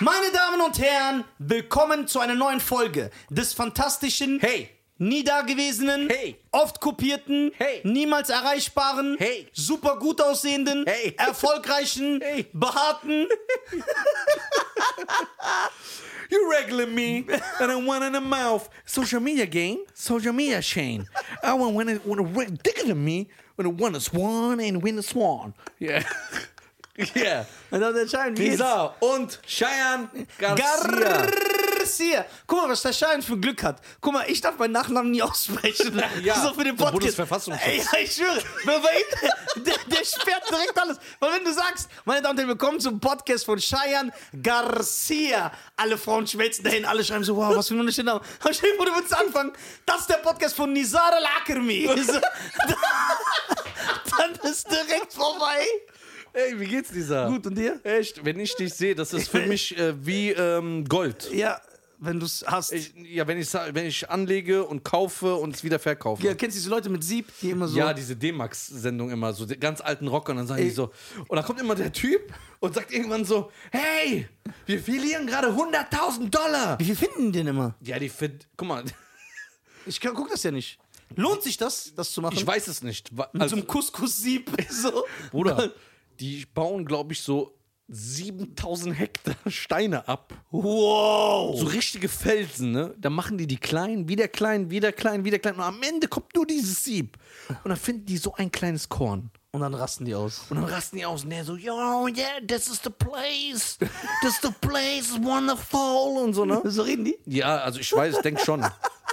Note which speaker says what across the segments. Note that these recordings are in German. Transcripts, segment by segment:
Speaker 1: Meine Damen und Herren, willkommen zu einer neuen Folge des fantastischen,
Speaker 2: Hey.
Speaker 1: nie dagewesenen,
Speaker 2: Hey.
Speaker 1: oft kopierten,
Speaker 2: Hey.
Speaker 1: niemals erreichbaren,
Speaker 2: Hey.
Speaker 1: super gut aussehenden,
Speaker 2: Hey.
Speaker 1: erfolgreichen,
Speaker 2: Hey.
Speaker 1: behaarten,
Speaker 2: You're regular me, and I'm one in the mouth. Social media game, social media chain. I want when it when it digging to me, when it win a swan and win a swan. Yeah. Yeah.
Speaker 1: Und dann entscheiden wir jetzt.
Speaker 2: Lisa und Cheyenne Garcia.
Speaker 1: Garcia. Guck mal, was der Schein für Glück hat. Guck mal, ich darf meinen Nachnamen nie aussprechen.
Speaker 2: Ja,
Speaker 1: so für den
Speaker 2: der
Speaker 1: Podcast.
Speaker 2: Bundesverfassungsschutz.
Speaker 1: Ey, Ja, ich schwöre. Weil bei ihm, der, der sperrt direkt alles. Weil wenn du sagst, meine Damen und Herren, willkommen zum Podcast von Cheyenne Garcia. Alle Frauen schmelzen dahin, alle schreiben so, wow, was für ein wunderschöner Name. Aber stell dir vor, du würdest anfangen. Das ist der Podcast von Nizar Al-Akermi. So, dann ist direkt vorbei.
Speaker 2: Ey, wie geht's, Lisa?
Speaker 1: Gut, und dir?
Speaker 2: Echt, wenn ich dich sehe, das ist für mich äh, wie ähm, Gold.
Speaker 1: Ja, wenn du es hast.
Speaker 2: Ich, ja, wenn ich, sa- wenn ich anlege und kaufe und es wieder verkaufe.
Speaker 1: ja, kennst du diese Leute mit Sieb, die immer so...
Speaker 2: Ja, diese D-Max-Sendung immer, so die ganz alten Rocker und dann sagen die so. Und dann kommt immer der Typ und sagt irgendwann so: Hey, wir verlieren gerade 100.000 Dollar.
Speaker 1: Wie viel finden die denn immer?
Speaker 2: Ja, die find, Guck mal,
Speaker 1: Ich kann, guck das ja nicht. Lohnt sich das, das zu machen?
Speaker 2: ich weiß es nicht. wa-
Speaker 1: Mit so
Speaker 2: Also,
Speaker 1: einem Couscous-Sieb. So.
Speaker 2: Bruder, die bauen, glaube ich, so 7000 Hektar Steine ab.
Speaker 1: Oh. Wow.
Speaker 2: So richtige Felsen, ne? Da machen die die klein, wieder klein, wieder klein, wieder klein. Und am Ende kommt nur dieses Sieb. Und dann finden die so ein kleines Korn.
Speaker 1: Und dann rasten die aus.
Speaker 2: Und dann rasten die aus und der so, yo, yeah, this is the place. This is the place, wonderful. Und so, ne?
Speaker 1: So reden die?
Speaker 2: Ja, also ich weiß, ich denke schon.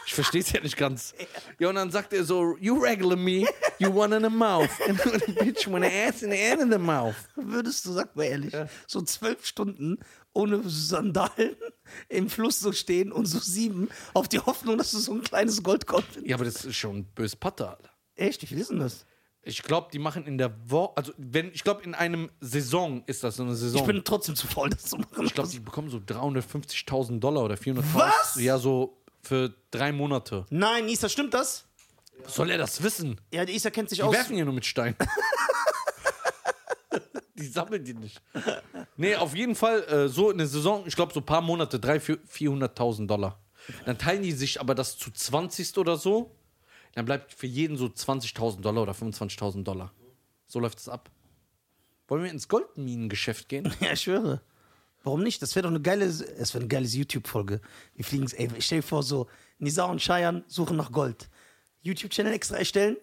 Speaker 2: Ich verstehe es ja nicht ganz. Ja, und dann sagt er so, you regular me, you one in the mouth. And the bitch, when I ass in the end in the mouth.
Speaker 1: Würdest du, sag mal ehrlich, so zwölf Stunden ohne Sandalen im Fluss so stehen und so sieben auf die Hoffnung, dass du so ein kleines Goldkorn findest.
Speaker 2: Ja, aber das ist schon bös Patter, Alter.
Speaker 1: Echt, wie viel ist denn das?
Speaker 2: Ich glaube, die machen in der Woche, also wenn, ich glaube, in einem Saison ist das so eine Saison.
Speaker 1: Ich bin trotzdem zu faul, das zu machen.
Speaker 2: Ich glaube, die bekommen so 350.000 Dollar oder 400.000.
Speaker 1: Was?
Speaker 2: Ja, so für drei Monate.
Speaker 1: Nein, Isa, stimmt das?
Speaker 2: Soll er das wissen?
Speaker 1: Ja, die Isa kennt sich
Speaker 2: Die
Speaker 1: aus.
Speaker 2: werfen ja nur mit Stein. die sammeln die nicht. Nee, auf jeden Fall äh, so in der Saison, ich glaube so ein paar Monate, 300.000, 400.000 Dollar. Dann teilen die sich aber das zu 20 oder so. Dann bleibt für jeden so 20.000 Dollar oder 25.000 Dollar. So läuft es ab. Wollen wir ins Goldminengeschäft gehen?
Speaker 1: Ja, ich schwöre. Warum nicht? Das wäre doch eine geile, das wäre eine geile YouTube-Folge. Wir fliegen, ey, stell dir vor, so, Nisa und Cheyenne suchen nach Gold. YouTube-Channel extra erstellen,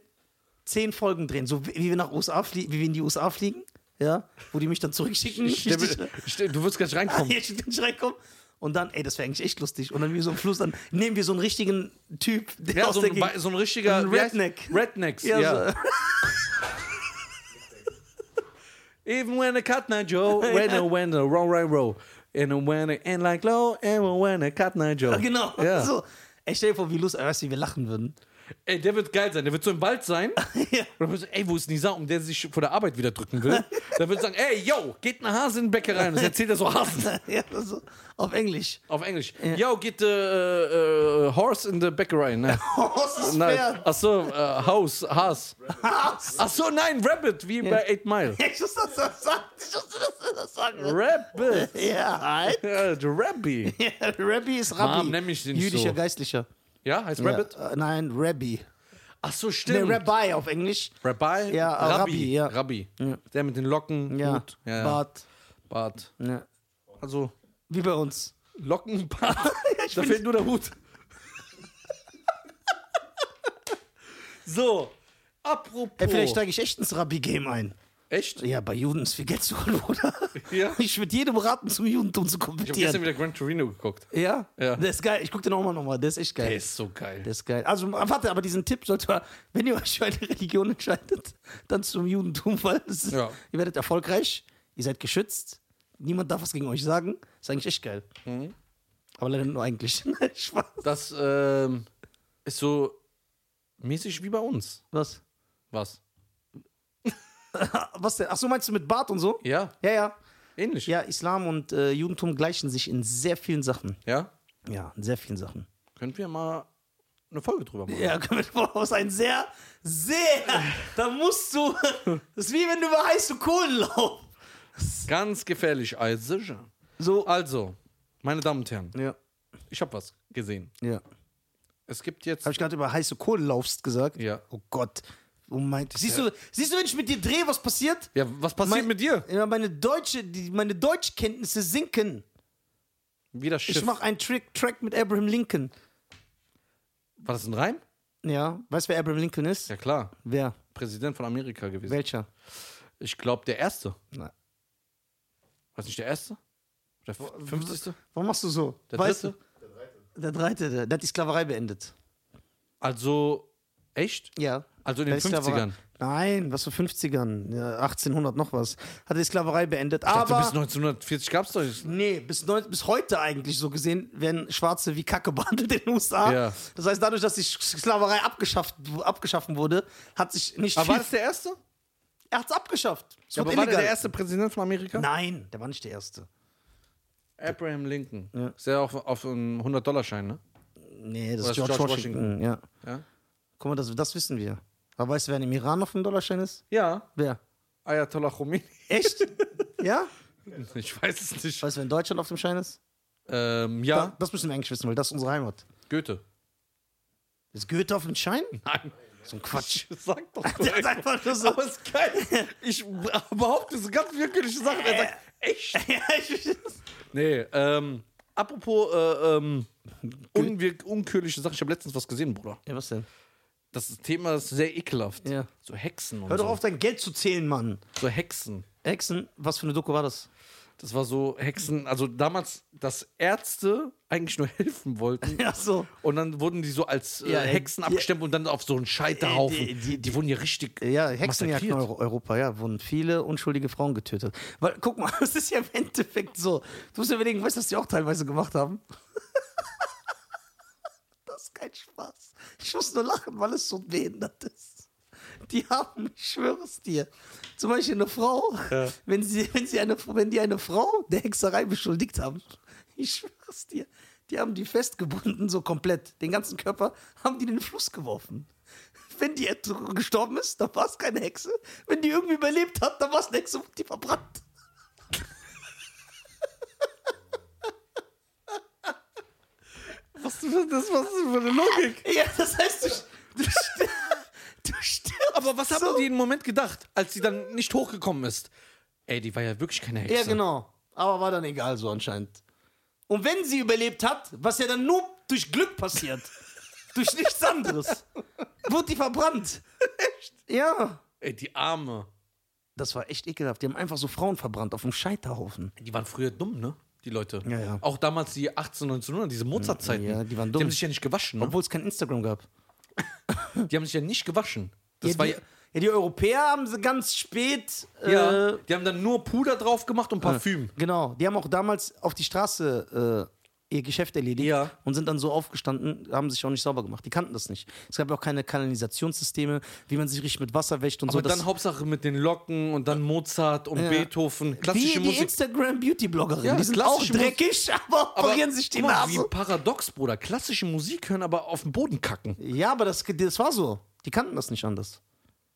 Speaker 1: zehn Folgen drehen, so wie wie wir nach USA fliegen, wie wir in die USA fliegen, ja, wo die mich dann zurückschicken. Ich
Speaker 2: Stell mir- stell- du wirst gar nicht reinkommen.
Speaker 1: hier steht den Schreck kommen. Und dann, ey, das wäre eigentlich echt lustig. Und dann wie so im Fluss, dann nehmen wir so einen richtigen Typ, der
Speaker 2: Ja,
Speaker 1: aus
Speaker 2: so
Speaker 1: der
Speaker 2: ein,
Speaker 1: Gegend-
Speaker 2: Ba- so ein richtiger
Speaker 1: Ein
Speaker 2: wie heißt-
Speaker 1: Redneck.
Speaker 2: Rednecks, ja.
Speaker 1: Ja, so.
Speaker 2: Even when I cut my Joe, when I when the roll right roll, and when I end like low, and when I cut my Joe.
Speaker 1: Genau,
Speaker 2: Ja.
Speaker 1: so. Ey, stell dir vor, wie lustig, weißt du, wie wir lachen würden.
Speaker 2: Ey, der wird geil sein. Der wird so im Wald sein.
Speaker 1: ja.
Speaker 2: Und dann wird so, ey, wo ist Nisa, um der sich vor der Arbeit wieder drücken will? Dann wird sagen, ey, yo, geht ein Hase in den Bäcker rein. Das erzählt er so Hasen
Speaker 1: ja, so. Auf Englisch.
Speaker 2: auf Englisch. Yo, geht äh, äh, Horse in the Bäcker rein. Ne?
Speaker 1: Horst Oh, ist
Speaker 2: Nein.
Speaker 1: fair.
Speaker 2: Achso, äh, Haus, Haas.
Speaker 1: Horst.
Speaker 2: Achso, nein, Rabbit, wie bei Eight Mile.
Speaker 1: Ich wusste, dass er das sagt. Ich wusste, dass er das sagen wird.
Speaker 2: Rabbit.
Speaker 1: Ja, hi.
Speaker 2: Ja, der Rabbi.
Speaker 1: Ja, Rabbi ist Rabbi.
Speaker 2: Mom, nenn mich den
Speaker 1: Jüdischer
Speaker 2: so.
Speaker 1: Geistlicher.
Speaker 2: Ja, heißt
Speaker 1: Ja,
Speaker 2: Rabbit?
Speaker 1: äh, nein, Rabbi.
Speaker 2: Ach so,
Speaker 1: Nee,
Speaker 2: stimmt.
Speaker 1: Rabbi auf Englisch.
Speaker 2: Rabbi?
Speaker 1: Ja, äh, Rabbi,
Speaker 2: Rabbi.
Speaker 1: ja.
Speaker 2: Rabbi. Der mit den Locken,
Speaker 1: Ja,
Speaker 2: Hut, ja, ja.
Speaker 1: Bart.
Speaker 2: Bart.
Speaker 1: Ja.
Speaker 2: Also
Speaker 1: Wie bei uns.
Speaker 2: Locken, Bart. da fehlt nur der Hut. so, apropos.
Speaker 1: Ey, vielleicht steige ich echt ins Rabbi-Game ein.
Speaker 2: Echt? Ich
Speaker 1: Ja, bei Juden ist viel Geld zu holen, Bruder.
Speaker 2: Ja.
Speaker 1: Ich würde jedem raten, zum Judentum zu
Speaker 2: habe gestern
Speaker 1: konvertieren.
Speaker 2: wieder Gran Torino geguckt.
Speaker 1: Ja?
Speaker 2: Ja.
Speaker 1: Der ist geil. Ich gucke den auch mal nochmal. Der ist echt geil.
Speaker 2: Der ist so geil.
Speaker 1: Der ist geil. Also, warte, aber diesen Tipp sollte man, wenn ihr euch für eine Religion entscheidet, dann zum Judentum, weil es,
Speaker 2: Ja.
Speaker 1: ihr werdet erfolgreich, ihr seid geschützt, niemand darf was gegen euch sagen. Ist eigentlich echt geil.
Speaker 2: Hm?
Speaker 1: Aber leider nur eigentlich. Nein, Spaß.
Speaker 2: Das ähm, ist so mäßig wie bei uns.
Speaker 1: Was?
Speaker 2: Was?
Speaker 1: Was denn? Achso, meinst du mit Bart und so?
Speaker 2: Ja,
Speaker 1: Ja, ja.
Speaker 2: ähnlich.
Speaker 1: Ja, Islam und äh, Judentum gleichen sich in sehr vielen Sachen.
Speaker 2: ja?
Speaker 1: Ja, in sehr vielen Sachen.
Speaker 2: Können wir mal eine Folge drüber machen?
Speaker 1: Ja, können wir voraus ein sehr, sehr. Da musst du. Das ist wie wenn du über heiße Kohlen laufst.
Speaker 2: Ganz gefährlich, also sicher.
Speaker 1: So.
Speaker 2: Also, meine Damen und Herren,
Speaker 1: Ja,
Speaker 2: ich habe was gesehen.
Speaker 1: ja.
Speaker 2: Es gibt jetzt.
Speaker 1: Habe ich gerade über heiße Kohle laufst gesagt?
Speaker 2: Ja.
Speaker 1: Oh Gott. Oh mein. Siehst du, siehst du, wenn ich mit dir drehe, was passiert?
Speaker 2: Ja, was passiert
Speaker 1: Mein-
Speaker 2: mit dir?
Speaker 1: Ja, meine deutsche, die, meine Deutschkenntnisse sinken.
Speaker 2: Wieder Schiff.
Speaker 1: Ich mache einen Trick, Track mit Abraham Lincoln.
Speaker 2: War das ein Reim?
Speaker 1: Ja, weißt du, wer Abraham Lincoln ist?
Speaker 2: Ja, klar.
Speaker 1: Wer?
Speaker 2: Präsident von Amerika gewesen.
Speaker 1: Welcher?
Speaker 2: Ich glaube, der Erste.
Speaker 1: Na.
Speaker 2: War es nicht der Erste? Der 50.
Speaker 1: Warum machst du so?
Speaker 2: Der
Speaker 1: weißt
Speaker 2: Dritte?
Speaker 1: du? Der Dritte, der, der hat die Sklaverei beendet.
Speaker 2: Also, echt?
Speaker 1: Ja.
Speaker 2: Also in
Speaker 1: Der
Speaker 2: den
Speaker 1: ist Sklaverei-
Speaker 2: 50ern.
Speaker 1: Nein, was für 50ern? Ja, 1800 noch was. Hat er die Sklaverei beendet.
Speaker 2: Dachte,
Speaker 1: aber
Speaker 2: bis 1940 gab es doch nicht.
Speaker 1: Nee, bis, neun, bis heute eigentlich so gesehen werden Schwarze wie Kacke behandelt in den USA.
Speaker 2: Ja.
Speaker 1: Das heißt, dadurch, dass die Sklaverei abgeschafft, abgeschaffen wurde, hat sich nicht
Speaker 2: Aber war
Speaker 1: viel...
Speaker 2: das der Erste?
Speaker 1: Er hat's abgeschafft. Es
Speaker 2: Ja,
Speaker 1: wurde
Speaker 2: aber war der,
Speaker 1: illegal.
Speaker 2: der erste Präsident von Amerika?
Speaker 1: Nein, der war nicht der Erste.
Speaker 2: Abraham Lincoln.
Speaker 1: Ja.
Speaker 2: Ist der auf, auf einem 100-Dollar-Schein, ne?
Speaker 1: Nee, das
Speaker 2: Oder
Speaker 1: ist George, Washington. Ja.
Speaker 2: Ja.
Speaker 1: Guck mal, das, das wissen wir. Aber weißt du, wer im Iran auf dem Dollarschein ist?
Speaker 2: ja.
Speaker 1: Wer?
Speaker 2: Ayatollah Khomeini.
Speaker 1: Echt? ja?
Speaker 2: Ich weiß es nicht.
Speaker 1: Weißt du, wer in Deutschland auf dem Schein ist?
Speaker 2: Ähm, ja,
Speaker 1: Da- Das müssen wir eigentlich wissen, weil das ist unsere Heimat.
Speaker 2: Goethe.
Speaker 1: Ist Goethe auf dem Schein?
Speaker 2: Nein.
Speaker 1: So ein Quatsch.
Speaker 2: Sag doch
Speaker 1: Der hat einfach nur so...
Speaker 2: Aber ist geil. Ich behaupte, das sind ganz willkürliche Sachen. Er sagt, echt?
Speaker 1: Ja, ich-
Speaker 2: Nee, ähm, apropos äh, ähm, unwirk- unkürliche Sachen. Ich habe letztens was gesehen, Bruder.
Speaker 1: ja, was denn?
Speaker 2: Das ist- Thema ist sehr ekelhaft.
Speaker 1: Ja.
Speaker 2: So Hexen und
Speaker 1: Hör
Speaker 2: so.
Speaker 1: doch auf, dein Geld zu zählen, Mann.
Speaker 2: So Hexen.
Speaker 1: Also. Hexen, was für eine Doku war das?
Speaker 2: Das war so Hexen, also damals, dass Ärzte eigentlich nur helfen wollten.
Speaker 1: Ja, so.
Speaker 2: Und dann wurden die so als äh,
Speaker 1: Ja, äh,
Speaker 2: Hexen
Speaker 1: die-
Speaker 2: abgestempelt und dann auf so einen Scheiterhaufen.
Speaker 1: Äh,
Speaker 2: die,
Speaker 1: die- die-
Speaker 2: wurden hier richtig.
Speaker 1: Ja, Hexenjagd in
Speaker 2: Massakriert.
Speaker 1: Euro Europa, ja, wurden viele unschuldige Frauen getötet. Weil, guck mal, es ist ja im Endeffekt so. Du musst dir überlegen, weißt du, was die auch teilweise gemacht haben? Das ist kein Spaß. Ich muss nur lachen, weil es so behindert ist. Die haben, ich schwöre es dir, zum Beispiel eine Frau, wenn, sie, wenn, sie eine, wenn die eine Frau der Hexerei beschuldigt haben, ich schwöre es dir, die haben die festgebunden, so komplett, den ganzen Körper, haben die in den Fluss geworfen. Wenn die ertr- gestorben ist, dann war es keine Hexe. Wenn die irgendwie überlebt hat, dann war es eine Hexe und die verbrannt.
Speaker 2: Was, das, was ist für eine Logik?
Speaker 1: Ja, das heißt, du, st- du, st du stirbst.
Speaker 2: Aber was
Speaker 1: so.
Speaker 2: haben die im Moment gedacht, als sie dann nicht hochgekommen ist? Ey, die war ja wirklich keine Hexe.
Speaker 1: Ja, genau. Aber war dann egal so anscheinend. Und wenn sie überlebt hat, was ja dann nur durch Glück passiert, durch nichts anderes, wurde die verbrannt. Echt? Ja.
Speaker 2: Ey, die Arme.
Speaker 1: Das war echt ekelhaft. Die haben einfach so Frauen verbrannt auf dem Scheiterhaufen.
Speaker 2: Die waren früher dumm, ne? Die Leute.
Speaker 1: Ja, ja.
Speaker 2: Auch damals die 18, 1900, diese Mozartzeiten.
Speaker 1: Ja, die waren
Speaker 2: Die
Speaker 1: dumm.
Speaker 2: haben sich ja nicht gewaschen. Ne?
Speaker 1: Obwohl es kein Instagram gab.
Speaker 2: Die haben sich ja nicht gewaschen. Das
Speaker 1: ja,
Speaker 2: war
Speaker 1: die,
Speaker 2: ja,
Speaker 1: ja, die Europäer haben sie ganz spät.
Speaker 2: ja,
Speaker 1: Äh,
Speaker 2: die haben dann nur Puder drauf gemacht und Parfüm.
Speaker 1: genau. Die haben auch damals auf die Straße äh, ihr Geschäft erledigt
Speaker 2: Ja.
Speaker 1: und sind dann so aufgestanden, haben sich auch nicht sauber gemacht. Die kannten das nicht. Es gab ja auch keine Kanalisationssysteme, wie man sich richtig mit Wasser wäscht und
Speaker 2: Aber
Speaker 1: so.
Speaker 2: dann Hauptsache mit den Locken und dann Mozart und Beethoven. Klassische
Speaker 1: wie die
Speaker 2: Musik.
Speaker 1: Instagram-Beauty-Bloggerin.
Speaker 2: Ja,
Speaker 1: die sind auch
Speaker 2: klassische Musik.
Speaker 1: dreckig, aber operieren sich die
Speaker 2: guck mal, Wie
Speaker 1: Nase.
Speaker 2: paradox, Bruder. Klassische Musik hören, aber auf den Boden kacken.
Speaker 1: Ja, aber das, das war so. Die kannten das nicht anders.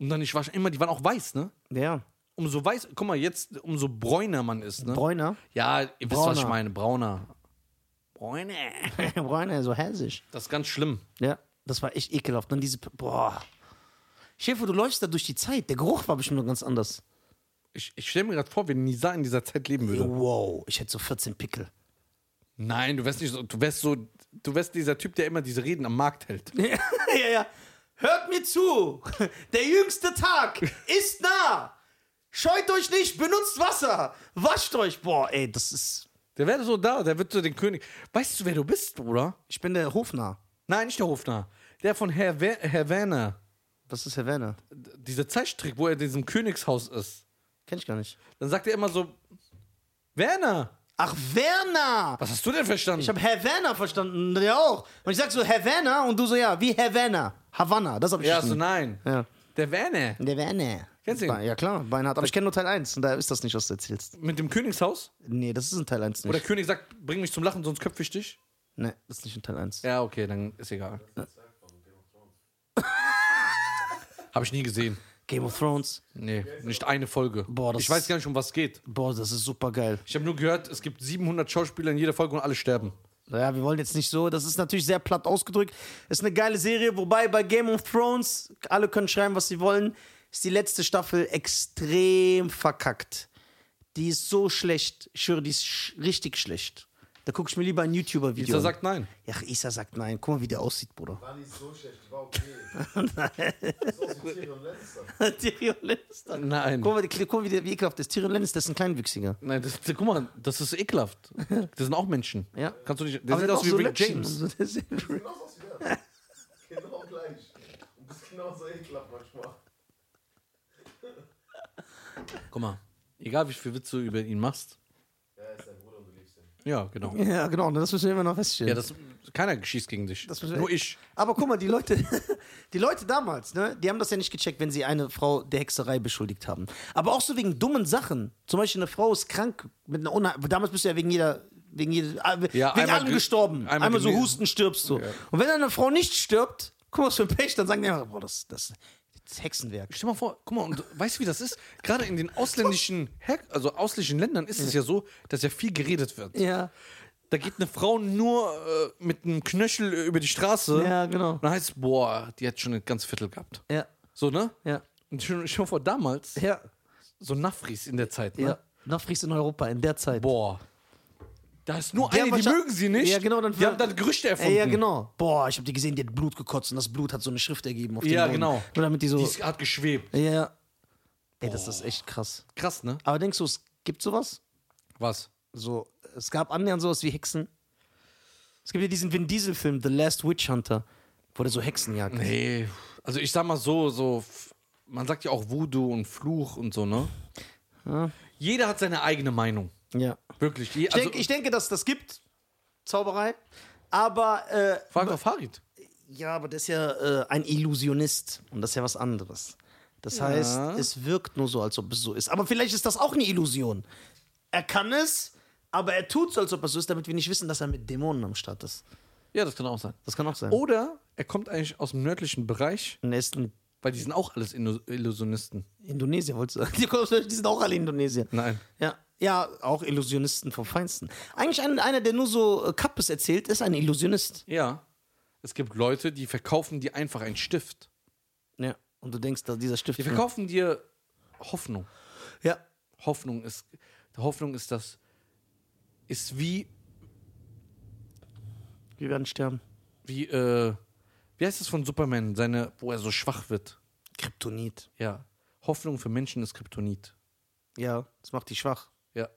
Speaker 2: Und dann, ich war schon immer, die waren auch weiß, ne?
Speaker 1: Ja.
Speaker 2: Umso weiß, guck mal, jetzt, umso bräuner man ist, ne?
Speaker 1: Bräuner.
Speaker 2: ja, ihr wisst, was ich
Speaker 1: Brauner.
Speaker 2: meine. Brauner. Bräune.
Speaker 1: Bräuner, so hässlich.
Speaker 2: Das ist ganz schlimm.
Speaker 1: Ja, das war echt ekelhaft. Dann diese, boah. Schäfer, du läufst da durch die Zeit. Der Geruch war bestimmt noch ganz anders.
Speaker 2: Ich, ich stelle mir gerade vor, wenn Nisa in dieser Zeit leben würde.
Speaker 1: Wow, ich hätte so 14 Pickel.
Speaker 2: Nein, du wärst nicht so, du wärst so, du wärst dieser Typ, der immer diese Reden am Markt hält.
Speaker 1: ja, ja. Hört mir zu. Der jüngste Tag ist nah. Scheut euch nicht, benutzt Wasser. Wascht euch. Boah, ey, das ist.
Speaker 2: Der wäre so da, der wird so den König. Weißt du, wer du bist, Bruder?
Speaker 1: Ich bin der Hofnarr.
Speaker 2: Nein, nicht der Hofner. Der von Herr, Wer- Herr Werner.
Speaker 1: Was ist Herr Werner?
Speaker 2: D- Dieser Zeichentrick, wo er in diesem Königshaus ist.
Speaker 1: Kenn ich gar nicht.
Speaker 2: Dann sagt er immer so, Werner,
Speaker 1: Ach, Werner!
Speaker 2: was hast du denn verstanden?
Speaker 1: Ich habe Herr Werner verstanden. Ja auch. Und ich sag so, Herr Werner und du so, ja, wie Herr Werner. Havanna, das habe ich
Speaker 2: ja, so
Speaker 1: verstanden.
Speaker 2: nein.
Speaker 1: Ja.
Speaker 2: Der Werner
Speaker 1: Der Werner.
Speaker 2: Kennst du ihn?
Speaker 1: Ja, klar, Beinhardt. Aber ich kenne nur Teil 1 und da ist das nicht, was du erzählst.
Speaker 2: mit dem Königshaus.
Speaker 1: Nee, das ist in Teil 1 nicht.
Speaker 2: Wo der König sagt, bring mich zum Lachen, sonst köpfe ich dich.
Speaker 1: nee, das ist nicht in Teil 1.
Speaker 2: Ja, okay, dann ist egal. Habe ich nie gesehen.
Speaker 1: Game of Thrones.
Speaker 2: Nee, nicht eine Folge.
Speaker 1: Boah, das-
Speaker 2: ich weiß gar nicht, um was es geht.
Speaker 1: Boah, das ist super geil.
Speaker 2: Ich habe nur gehört, es gibt 700 Schauspieler in jeder Folge und alle sterben.
Speaker 1: Naja, wir wollen jetzt nicht so. Das ist natürlich sehr platt ausgedrückt. Ist eine geile Serie, wobei bei Game of Thrones, alle können schreiben, was sie wollen, ist die letzte Staffel extrem verkackt. Die ist so schlecht. Ich schwöre, die ist sch richtig schlecht. Da gucke ich mir lieber ein YouTuber-Video
Speaker 2: Dieser
Speaker 1: an.
Speaker 2: sagt nein.
Speaker 1: ja, Isa sagt nein. Guck mal, wie der aussieht, Bruder.
Speaker 3: War nicht so schlecht, die war okay. Das ist aus wie Tyrion Lannister.
Speaker 1: Tyrion Lannister.
Speaker 2: Nein.
Speaker 1: Guck mal, die- guck mal wie, der, wie ekelhaft ist. Tyrion Lannister ist ein Kleinwüchsiger.
Speaker 2: Nein, das, guck mal, das ist ekelhaft. Das sind auch Menschen.
Speaker 1: Ja.
Speaker 2: Kannst du nicht. Der
Speaker 1: Aber
Speaker 2: sieht
Speaker 1: hat
Speaker 2: aus
Speaker 1: auch
Speaker 2: wie
Speaker 1: so
Speaker 2: Rick
Speaker 1: Läppchen
Speaker 2: James.
Speaker 1: und so. Der sieht-
Speaker 3: Genau so aus wie der. Genau gleich. Und das ist genauso ekelhaft manchmal.
Speaker 2: Guck mal. Egal wie viel Witze du über ihn machst.
Speaker 3: Ja, er ist dein Bruder und du liebst ihn.
Speaker 2: Ja, genau.
Speaker 1: ja, genau. Das müssen wir immer noch feststellen.
Speaker 2: Ja, das, keiner schießt gegen dich.
Speaker 1: Das müssen wir-
Speaker 2: Nur ich.
Speaker 1: Aber guck mal, die Leute, die Leute damals, ne, die haben das ja nicht gecheckt, wenn sie eine Frau der Hexerei beschuldigt haben. Aber auch so wegen dummen Sachen. Zum Beispiel eine Frau ist krank mit einer Unheil. Damals bist du ja wegen jeder, wegen jeder, äh,
Speaker 2: Ja,
Speaker 1: wegen
Speaker 2: einmal
Speaker 1: allem
Speaker 2: ge-
Speaker 1: gestorben.
Speaker 2: einmal
Speaker 1: Einmal, so
Speaker 2: genesen.
Speaker 1: Husten stirbst du. Und wenn eine Frau nicht stirbt, guck mal, was für ein Pech, dann sagen die einfach, boah, das, das, das ist Hexenwerk.
Speaker 2: Stell mal vor, guck mal, und weißt du, wie das ist? Gerade in den ausländischen, Her also ausländischen Ländern ist es ja so, dass ja viel geredet wird.
Speaker 1: Ja.
Speaker 2: Da geht eine Frau nur äh, mit einem Knöchel über die Straße.
Speaker 1: Ja, genau.
Speaker 2: Und dann heißt es, boah, die hat schon ein ganzes Viertel gehabt.
Speaker 1: Ja.
Speaker 2: So, ne?
Speaker 1: Ja.
Speaker 2: Und schon, schon vor damals,
Speaker 1: Ja.
Speaker 2: so Nafris in der Zeit, ne?
Speaker 1: Ja. Noch friest in Europa in der Zeit.
Speaker 2: Boah. Da ist nur
Speaker 1: Der
Speaker 2: eine, die
Speaker 1: wahrscheinlich-
Speaker 2: mögen sie nicht.
Speaker 1: Ja, genau, dann-
Speaker 2: die haben dann Gerüchte erfunden.
Speaker 1: Ey, ja, genau. Boah, ich habe die gesehen, die hat Blut gekotzt und das Blut hat so eine Schrift ergeben auf dem
Speaker 2: Ja,
Speaker 1: Boden.
Speaker 2: genau.
Speaker 1: Nur damit die so.
Speaker 2: Die ist- hat geschwebt.
Speaker 1: Ja. Ey, das ist echt krass.
Speaker 2: Krass, ne?
Speaker 1: Aber denkst du, es gibt sowas?
Speaker 2: Was?
Speaker 1: So, es gab annähernd sowas wie Hexen. Es gibt ja diesen Vin Diesel-Film, The Last Witch Hunter, wo der so Hexen jagt.
Speaker 2: Nee. Also ich sag mal so, so, f- man sagt ja auch Voodoo und Fluch und so, ne? Jeder hat seine eigene Meinung.
Speaker 1: Ja.
Speaker 2: Wirklich. Je,
Speaker 1: Ich,
Speaker 2: also,
Speaker 1: denke, ich denke, dass es das gibt. Zauberei. Aber, äh,
Speaker 2: frag doch Farid.
Speaker 1: ja, aber das ist ja äh, ein Illusionist. Und das ist ja was anderes. Das heißt, es wirkt nur so, als ob es so ist. Aber vielleicht ist das auch eine Illusion. Er kann es, aber er tut so, als ob es so ist, damit wir nicht wissen, dass er mit Dämonen am Start ist.
Speaker 2: Ja, das kann auch sein.
Speaker 1: Das kann auch sein.
Speaker 2: Oder er kommt eigentlich aus dem nördlichen Bereich,
Speaker 1: Und er ist ein
Speaker 2: weil die sind auch alles Inno- Illusionisten.
Speaker 1: Indonesier, wolltest du sagen? Die, kommen aus- die sind auch alle Indonesier.
Speaker 2: Nein.
Speaker 1: Ja, ja auch Illusionisten vom Feinsten. Eigentlich ein, einer, der nur so äh, Kappes erzählt, ist ein Illusionist.
Speaker 2: Ja. Es gibt Leute, die verkaufen dir einfach einen Stift.
Speaker 1: Ja. Und du denkst, dass dieser Stift.
Speaker 2: Die verkaufen dir Hoffnung.
Speaker 1: ja.
Speaker 2: Hoffnung ist Hoffnung ist das ist wie
Speaker 1: Wir werden sterben.
Speaker 2: wie äh, wie heißt das von Superman seine wo er so schwach wird
Speaker 1: Kryptonit.
Speaker 2: ja Hoffnung für Menschen ist Kryptonit
Speaker 1: Ja, das macht dich schwach.
Speaker 2: ja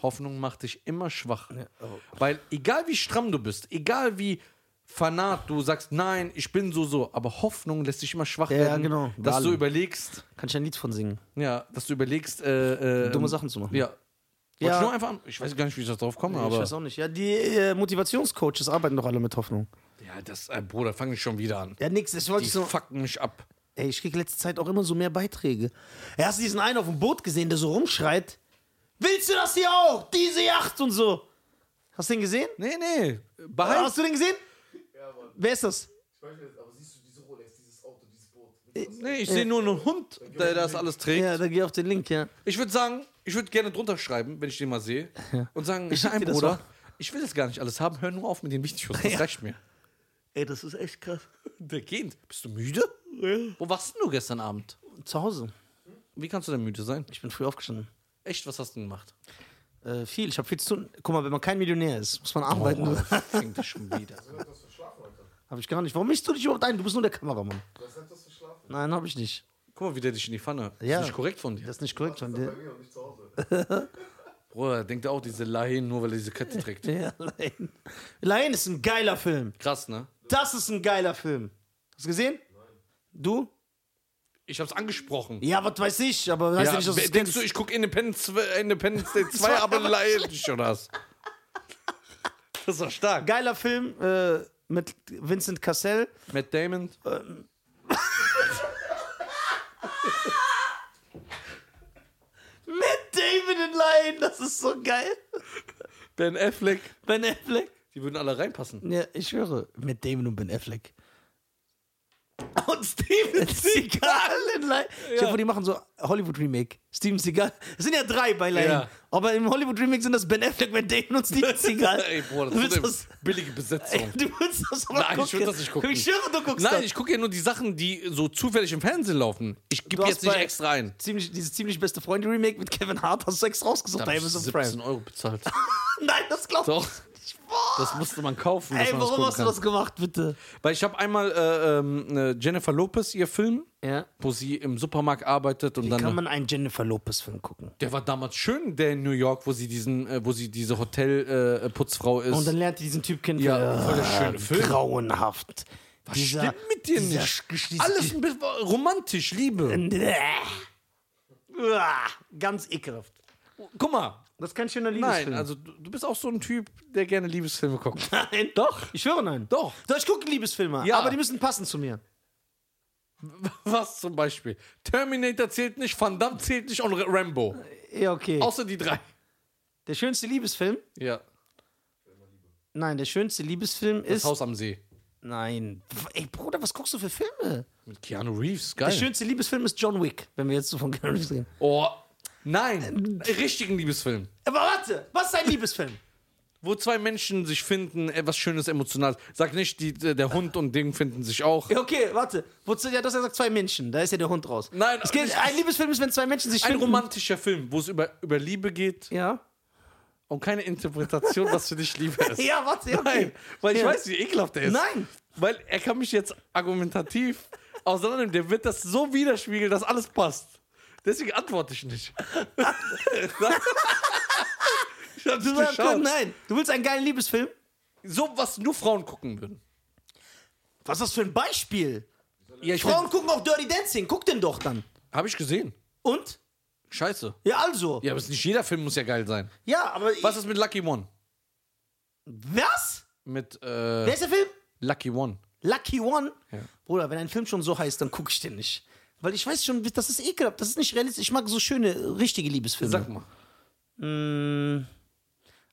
Speaker 2: Hoffnung macht dich immer schwach
Speaker 1: oh.
Speaker 2: weil egal wie stramm du bist egal wie Fanat du sagst nein ich bin so so aber Hoffnung lässt dich immer schwach
Speaker 1: Ja,
Speaker 2: werden
Speaker 1: genau. Bei
Speaker 2: dass du
Speaker 1: allem.
Speaker 2: überlegst
Speaker 1: Kann ich ein Lied von singen?
Speaker 2: ja dass du überlegst äh, äh,
Speaker 1: Dumme Sachen zu machen.
Speaker 2: ja Wollte
Speaker 1: Ja.
Speaker 2: Ich, nur einfach, an- ich weiß gar nicht, wie ich da drauf komme,
Speaker 1: ich
Speaker 2: aber.
Speaker 1: weiß auch nicht. Ja, die äh, Motivationscoaches arbeiten doch alle mit Hoffnung.
Speaker 2: Ja, das, äh, Bruder, fang ich schon wieder an.
Speaker 1: Ja, nix, das
Speaker 2: Die
Speaker 1: wollte ich so.
Speaker 2: fucken mich ab.
Speaker 1: Ey, ich krieg letzte Zeit auch immer so mehr Beiträge. Ja, hast du diesen einen auf dem Boot gesehen, der so rumschreit? Willst du das hier auch? Diese Yacht und so. Hast du den gesehen?
Speaker 2: Nee, nee.
Speaker 1: Ah,
Speaker 2: Behalt.
Speaker 1: Hast du den gesehen?
Speaker 3: Ja, Mann.
Speaker 1: Wer ist das?
Speaker 3: Ich weiß nicht, aber siehst du diese Rolex, dieses Auto, dieses Boot?
Speaker 2: Nee, ich sehe nur einen Hund, der das alles trägt.
Speaker 1: Ja, da geh auf den Link, ja.
Speaker 2: Ich würde sagen, ich würde gerne drunter schreiben, wenn ich den mal sehe. Und sagen, ich
Speaker 1: schick
Speaker 2: nein,
Speaker 1: dir das
Speaker 2: Bruder,
Speaker 1: mal.
Speaker 2: ich will das gar nicht alles haben. Hör nur auf mit den Videos. Das reicht mir.
Speaker 1: Ey, das ist echt krass.
Speaker 2: Der geht. Bist du müde? Wo warst denn du gestern Abend?
Speaker 1: Zu Hause.
Speaker 2: Wie kannst du denn müde sein?
Speaker 1: Ich bin früh aufgestanden.
Speaker 2: Echt, was hast du denn gemacht?
Speaker 1: Äh, viel, ich habe viel zu tun. Guck mal, wenn man kein Millionär ist, muss man arbeiten.
Speaker 2: fängt das schon wieder. an.
Speaker 3: Du hast was verschlafen, Alter.
Speaker 1: Habe ich gar nicht. Warum mischst du dich überhaupt ein? Du bist nur der Kameramann.
Speaker 3: Du hast etwas verschlafen.
Speaker 1: Nein, habe ich nicht.
Speaker 2: Guck mal, wie der dich in die Pfanne. Das
Speaker 1: Ja.
Speaker 2: ist nicht korrekt von dir.
Speaker 1: Das ist nicht korrekt von
Speaker 3: Bei
Speaker 1: dir.
Speaker 3: mir und nicht zu Hause.
Speaker 2: Bruder, denkt er auch diese Laien, nur weil er diese Kette trägt.
Speaker 1: Ja, Laien. Laien ist ein geiler Film.
Speaker 2: Krass, ne?
Speaker 1: Das ist ein geiler Film. Hast du gesehen? Du?
Speaker 2: Ich hab's angesprochen.
Speaker 1: Ja, was weiß ich, aber weißt
Speaker 2: Ja,
Speaker 1: du nicht, dass
Speaker 2: wer-
Speaker 1: es
Speaker 2: denkst du, ich gucke Independence, äh, Independence Day 2, aber leider nicht oder was? Das war stark.
Speaker 1: geiler Film äh, mit Vincent Cassell.
Speaker 2: Matt Damon.
Speaker 1: Mit David in Laien, das ist so geil.
Speaker 2: Ben Affleck.
Speaker 1: Ben Affleck.
Speaker 2: Die würden alle reinpassen.
Speaker 1: Ja, ich höre. Mit Damon und Ben Affleck.
Speaker 2: und Steven
Speaker 1: Seagal in Lion. Ich hoffe, die machen so Hollywood-Remake. Steven Seagal. Es sind ja drei bei Lion.
Speaker 2: Ja.
Speaker 1: Aber im Hollywood-Remake sind das Ben Affleck, Matt Damon und Steven Seagal.
Speaker 2: Ey, Bruder,
Speaker 1: du
Speaker 2: das
Speaker 1: willst
Speaker 2: ist
Speaker 1: das,
Speaker 2: eine billige Besetzung.
Speaker 1: du willst das aber
Speaker 2: Nein, ich
Speaker 1: gucken.
Speaker 2: will das nicht gucken.
Speaker 1: Ich schwöre, du guckst
Speaker 2: Nein,
Speaker 1: das.
Speaker 2: ich gucke ja nur die Sachen, die so zufällig im Fernsehen laufen. Ich
Speaker 1: Du
Speaker 2: gebe
Speaker 1: hast
Speaker 2: jetzt nicht
Speaker 1: bei-
Speaker 2: extra ein.
Speaker 1: Ziemlich, dieses ziemlich beste Freunde-Remake mit Kevin Hart hast du extra rausgesucht bei
Speaker 2: Da hab ich
Speaker 1: Amazon Prime.
Speaker 2: 17 Euro bezahlt.
Speaker 1: Nein, das glaubst du
Speaker 2: Doch.
Speaker 1: nicht. Boah.
Speaker 2: Das musste man kaufen. dass
Speaker 1: Ey,
Speaker 2: man das
Speaker 1: warum
Speaker 2: gucken
Speaker 1: hast du
Speaker 2: kann.
Speaker 1: das gemacht, bitte?
Speaker 2: Weil ich habe einmal äh, ähm, äh, Jennifer Lopez, ihr Film,
Speaker 1: Ja.
Speaker 2: wo sie im Supermarkt arbeitet und
Speaker 1: Wie
Speaker 2: dann.
Speaker 1: kann man einen Jennifer Lopez-Film gucken?
Speaker 2: der war damals schön, der in New York, wo sie diesen, äh, wo sie diese Hotelputzfrau äh, Putzfrau ist.
Speaker 1: Und dann lernt ihr diesen Typ kennen.
Speaker 2: ja,
Speaker 1: Ja,
Speaker 2: voll der schöne Film.
Speaker 1: grauenhaft. Was
Speaker 2: Stimmt mit dir nicht. Alles ein bisschen romantisch, Liebe.
Speaker 1: Uah, Ganz ekelhaft.
Speaker 2: Guck mal.
Speaker 1: Das ist kein schöner Liebesfilm.
Speaker 2: Nein, also du, du bist auch so ein Typ, der gerne Liebesfilme guckt.
Speaker 1: nein. Doch. Ich höre nein.
Speaker 2: Doch.
Speaker 1: Doch, ich gucke Liebesfilme,
Speaker 2: Ja.
Speaker 1: aber die müssen passen zu mir.
Speaker 2: Was zum Beispiel? Terminator zählt nicht, Van Damme zählt nicht und Rambo.
Speaker 1: Ja, okay.
Speaker 2: Außer die drei.
Speaker 1: der schönste Liebesfilm?
Speaker 2: Ja.
Speaker 1: Nein, der schönste Liebesfilm
Speaker 2: Das
Speaker 1: ist.
Speaker 2: Haus am See.
Speaker 1: Nein. Ey, Bruder, was guckst du für Filme?
Speaker 2: Mit Keanu Reeves, geil.
Speaker 1: Der schönste Liebesfilm ist John Wick, wenn wir jetzt so von Keanu Reeves reden.
Speaker 2: Oh, nein, richtigen Liebesfilm.
Speaker 1: Aber warte, was ist ein Liebesfilm?
Speaker 2: Wo zwei Menschen sich finden, etwas Schönes, Emotionales. Sag nicht, die, äh, der Hund und Ding finden sich auch.
Speaker 1: Ja, Okay, warte. Wozu, ja, das sagt zwei Menschen. Da ist ja der Hund raus.
Speaker 2: Nein,
Speaker 1: es geht,
Speaker 2: ich-
Speaker 1: ein Liebesfilm ist, wenn zwei Menschen sich
Speaker 2: Ein
Speaker 1: finden.
Speaker 2: romantischer Film, wo es über, über Liebe geht
Speaker 1: Ja.
Speaker 2: und keine Interpretation, was für dich Liebe ist.
Speaker 1: Ja, warte, ja, okay.
Speaker 2: Nein, weil ich
Speaker 1: Ja.
Speaker 2: weiß, wie ekelhaft er ist.
Speaker 1: Nein.
Speaker 2: Weil er kann mich jetzt argumentativ auseinandernehmen. Der wird das so widerspiegeln, dass alles passt. Deswegen antworte ich nicht. ich hab
Speaker 1: Du
Speaker 2: nicht
Speaker 1: sagst,
Speaker 2: geschaut.
Speaker 1: nein, du willst einen geilen Liebesfilm?
Speaker 2: So, was nur Frauen gucken würden.
Speaker 1: Was ist das für ein Beispiel?
Speaker 2: Ja, ich
Speaker 1: Frauen gucken auch Dirty Dancing. Guck den doch dann.
Speaker 2: Habe ich gesehen.
Speaker 1: Und?
Speaker 2: Scheiße.
Speaker 1: Ja, also.
Speaker 2: Ja, aber es ist nicht jeder Film muss ja geil sein.
Speaker 1: Ja, aber. ich-
Speaker 2: Was ist mit Lucky One?
Speaker 1: Was?
Speaker 2: Mit
Speaker 1: Wer
Speaker 2: äh,
Speaker 1: ist der Film?
Speaker 2: Lucky One.
Speaker 1: Lucky One? Bruder, wenn ein Film schon so heißt, dann gucke ich den nicht. Weil ich weiß schon, das ist ekelhaft. Das ist nicht realistisch. Ich mag so schöne, richtige Liebesfilme.
Speaker 2: Sag mal.
Speaker 1: Mm,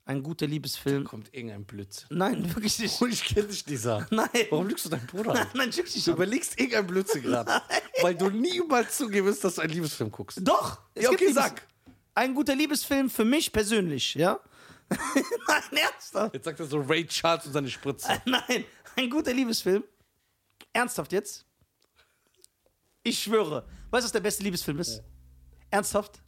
Speaker 1: ein guter Liebesfilm.
Speaker 2: Kommt irgendein Blödsinn.
Speaker 1: Nein, wirklich nicht.
Speaker 2: Ich kenne dich, dieser.
Speaker 1: Nein.
Speaker 2: Warum lügst du deinen Bruder an?
Speaker 1: Nein, wirklich nicht.
Speaker 2: Du überlegst irgendein Blödsinn gerade. weil du niemals zugibst, dass du einen Liebesfilm guckst.
Speaker 1: Doch. es
Speaker 2: ja,
Speaker 1: gibt
Speaker 2: okay,
Speaker 1: Liebes-
Speaker 2: sag.
Speaker 1: Ein guter Liebesfilm für mich persönlich, ja? Nein, ernsthaft.
Speaker 2: Jetzt sagt er so Ray Charles und seine Spritze.
Speaker 1: Nein, ein guter Liebesfilm. Ernsthaft jetzt? Ich schwöre. Weißt du, was der beste Liebesfilm ist? Ernsthaft?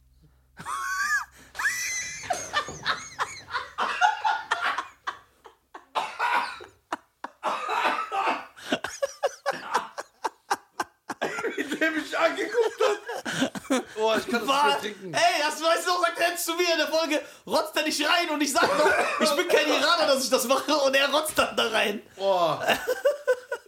Speaker 2: Der mich angeguckt hat. Oh, ich kann
Speaker 1: Was? Ey, das weißt du, sagt er jetzt zu mir in der Folge, rotzt er nicht rein und ich sag doch, ich bin kein Iraner, dass ich das mache und er rotzt dann da rein.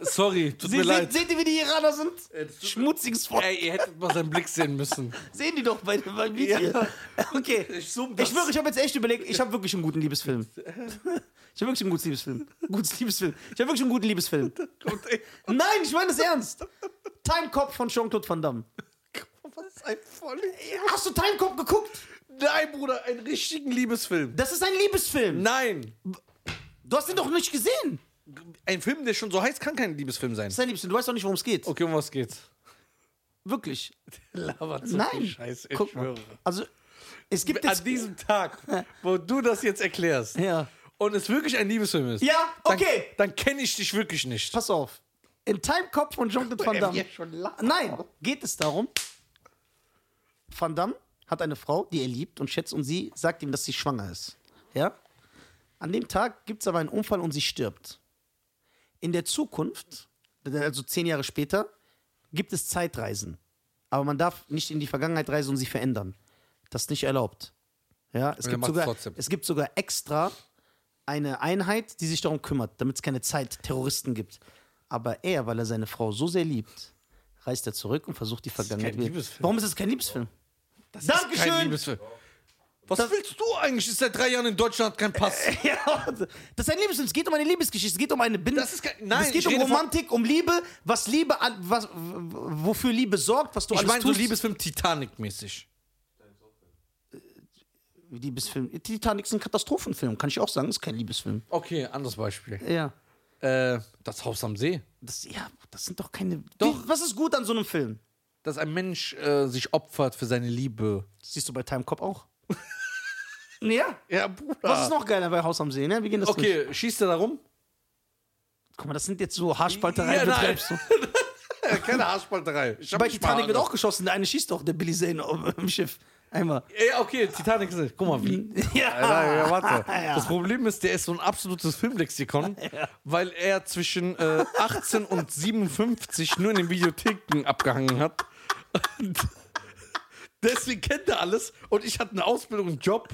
Speaker 2: Sorry, tut
Speaker 1: Sie,
Speaker 2: mir
Speaker 1: seht,
Speaker 2: leid.
Speaker 1: seht ihr, wie die Iraner sind?
Speaker 2: tut-
Speaker 1: Schmutziges Volk.
Speaker 2: Ey, ihr hättet mal seinen Blick sehen müssen.
Speaker 1: Sehen die doch bei beim Video.
Speaker 2: Ja.
Speaker 1: Okay.
Speaker 2: Ich zoom das.
Speaker 1: Ich schwöre, ich habe jetzt echt überlegt, ich habe wirklich einen guten Liebesfilm. Ich habe wirklich einen guten Liebesfilm. Gutes Liebesfilm. Ich habe wirklich einen guten Liebesfilm.
Speaker 2: Kommt ey,
Speaker 1: Nein, ich meine das ernst. Time Cop von Jean-Claude Van Damme.
Speaker 2: was ist ein Vollidiot?
Speaker 1: Hast du Time Cop geguckt?
Speaker 2: Nein, Bruder, einen richtigen Liebesfilm.
Speaker 1: Das ist ein Liebesfilm.
Speaker 2: Nein.
Speaker 1: Du hast ihn doch nicht gesehen.
Speaker 2: Ein Film, der schon so heißt, kann kein Liebesfilm sein.
Speaker 1: Das ist ein Liebesfilm. Du weißt doch nicht, worum es geht.
Speaker 2: Okay, um was geht's?
Speaker 1: Wirklich.
Speaker 2: Labert so
Speaker 1: Nein.
Speaker 2: Scheiße, ich
Speaker 1: Guck mal.
Speaker 2: schwöre.
Speaker 1: Also, es gibt
Speaker 2: An
Speaker 1: jetzt.
Speaker 2: diesem Tag, wo du das jetzt erklärst
Speaker 1: Ja.
Speaker 2: und es wirklich ein Liebesfilm ist.
Speaker 1: Ja, okay.
Speaker 2: Dann, dann kenne ich dich wirklich nicht.
Speaker 1: Pass auf. In Time Cop von Jean-Claude Van Damme. Nein, geht es darum, Van Damme hat eine Frau, die er liebt und schätzt und sie sagt ihm, dass sie schwanger ist. Ja? An dem Tag gibt es aber einen Unfall und sie stirbt. In der Zukunft, also zehn Jahre später, gibt es Zeitreisen. Aber man darf nicht in die Vergangenheit reisen und sie verändern. Das ist nicht erlaubt. Ja, es,
Speaker 2: er
Speaker 1: gibt
Speaker 2: macht's
Speaker 1: sogar,
Speaker 2: trotzdem.
Speaker 1: es gibt sogar extra eine Einheit, die sich darum kümmert, damit es keine Zeitterroristen gibt. Aber er, weil er seine Frau so sehr liebt, reist er zurück und versucht die Vergangenheit.
Speaker 2: kein
Speaker 1: wieder-
Speaker 2: Liebesfilm.
Speaker 1: Warum ist es kein Liebesfilm?
Speaker 2: Das
Speaker 1: Dankeschön.
Speaker 2: Ist kein Liebesfilm. Was willst du eigentlich? Ist seit drei Jahren in Deutschland hat kein Pass.
Speaker 1: Ja, warte. das ist ein Liebesfilm. Es geht um eine Liebesgeschichte. Es geht um eine Bindung.
Speaker 2: Das ist kein- Nein,
Speaker 1: es geht
Speaker 2: ich
Speaker 1: um
Speaker 2: rede von-
Speaker 1: Romantik, um Liebe, was Liebe, an, was, w- wofür Liebe sorgt, was du
Speaker 2: Ich
Speaker 1: alles
Speaker 2: meine so
Speaker 1: tust.
Speaker 2: Liebesfilm Titanic-mäßig.
Speaker 1: Liebesfilm. Titanic ist ein Katastrophenfilm, kann ich auch sagen. Ist kein Liebesfilm.
Speaker 2: Okay, anderes Beispiel.
Speaker 1: Ja.
Speaker 2: äh, Das Haus am See.
Speaker 1: Das, ja, das sind doch keine.
Speaker 2: Doch.
Speaker 1: Wie, was ist gut an so einem Film?
Speaker 2: Dass ein Mensch äh, sich opfert für seine Liebe.
Speaker 1: Das siehst du bei Time Cop auch. ja.
Speaker 2: Ja, Bruder.
Speaker 1: Was ist noch geiler bei Haus am See, ne? Wir gehen das durch.
Speaker 2: Okay, schießt er da rum?
Speaker 1: Guck mal, das sind jetzt so Haarspalterei
Speaker 2: Ja, nein.
Speaker 1: betreibst du.
Speaker 2: Äh, Keine Haarspalterei. Ich hab
Speaker 1: Bei Titanic
Speaker 2: mich
Speaker 1: wird
Speaker 2: verhandelt.
Speaker 1: auch geschossen. Der eine schießt doch, der Billy Zane auf- im Schiff. Einmal.
Speaker 2: Ey, Äh, okay, Titanic ist nicht. Guck mal,
Speaker 1: Mhm.
Speaker 2: wie.
Speaker 1: Ja.
Speaker 2: Alter, ja, warte.
Speaker 1: Ah, Ja.
Speaker 2: Das Problem ist, der ist so ein absolutes Filmlexikon, weil er zwischen äh, 18 und 57 nur in den Videotheken abgehangen hat. Und Deswegen kennt er alles und ich hatte eine Ausbildung, einen Job.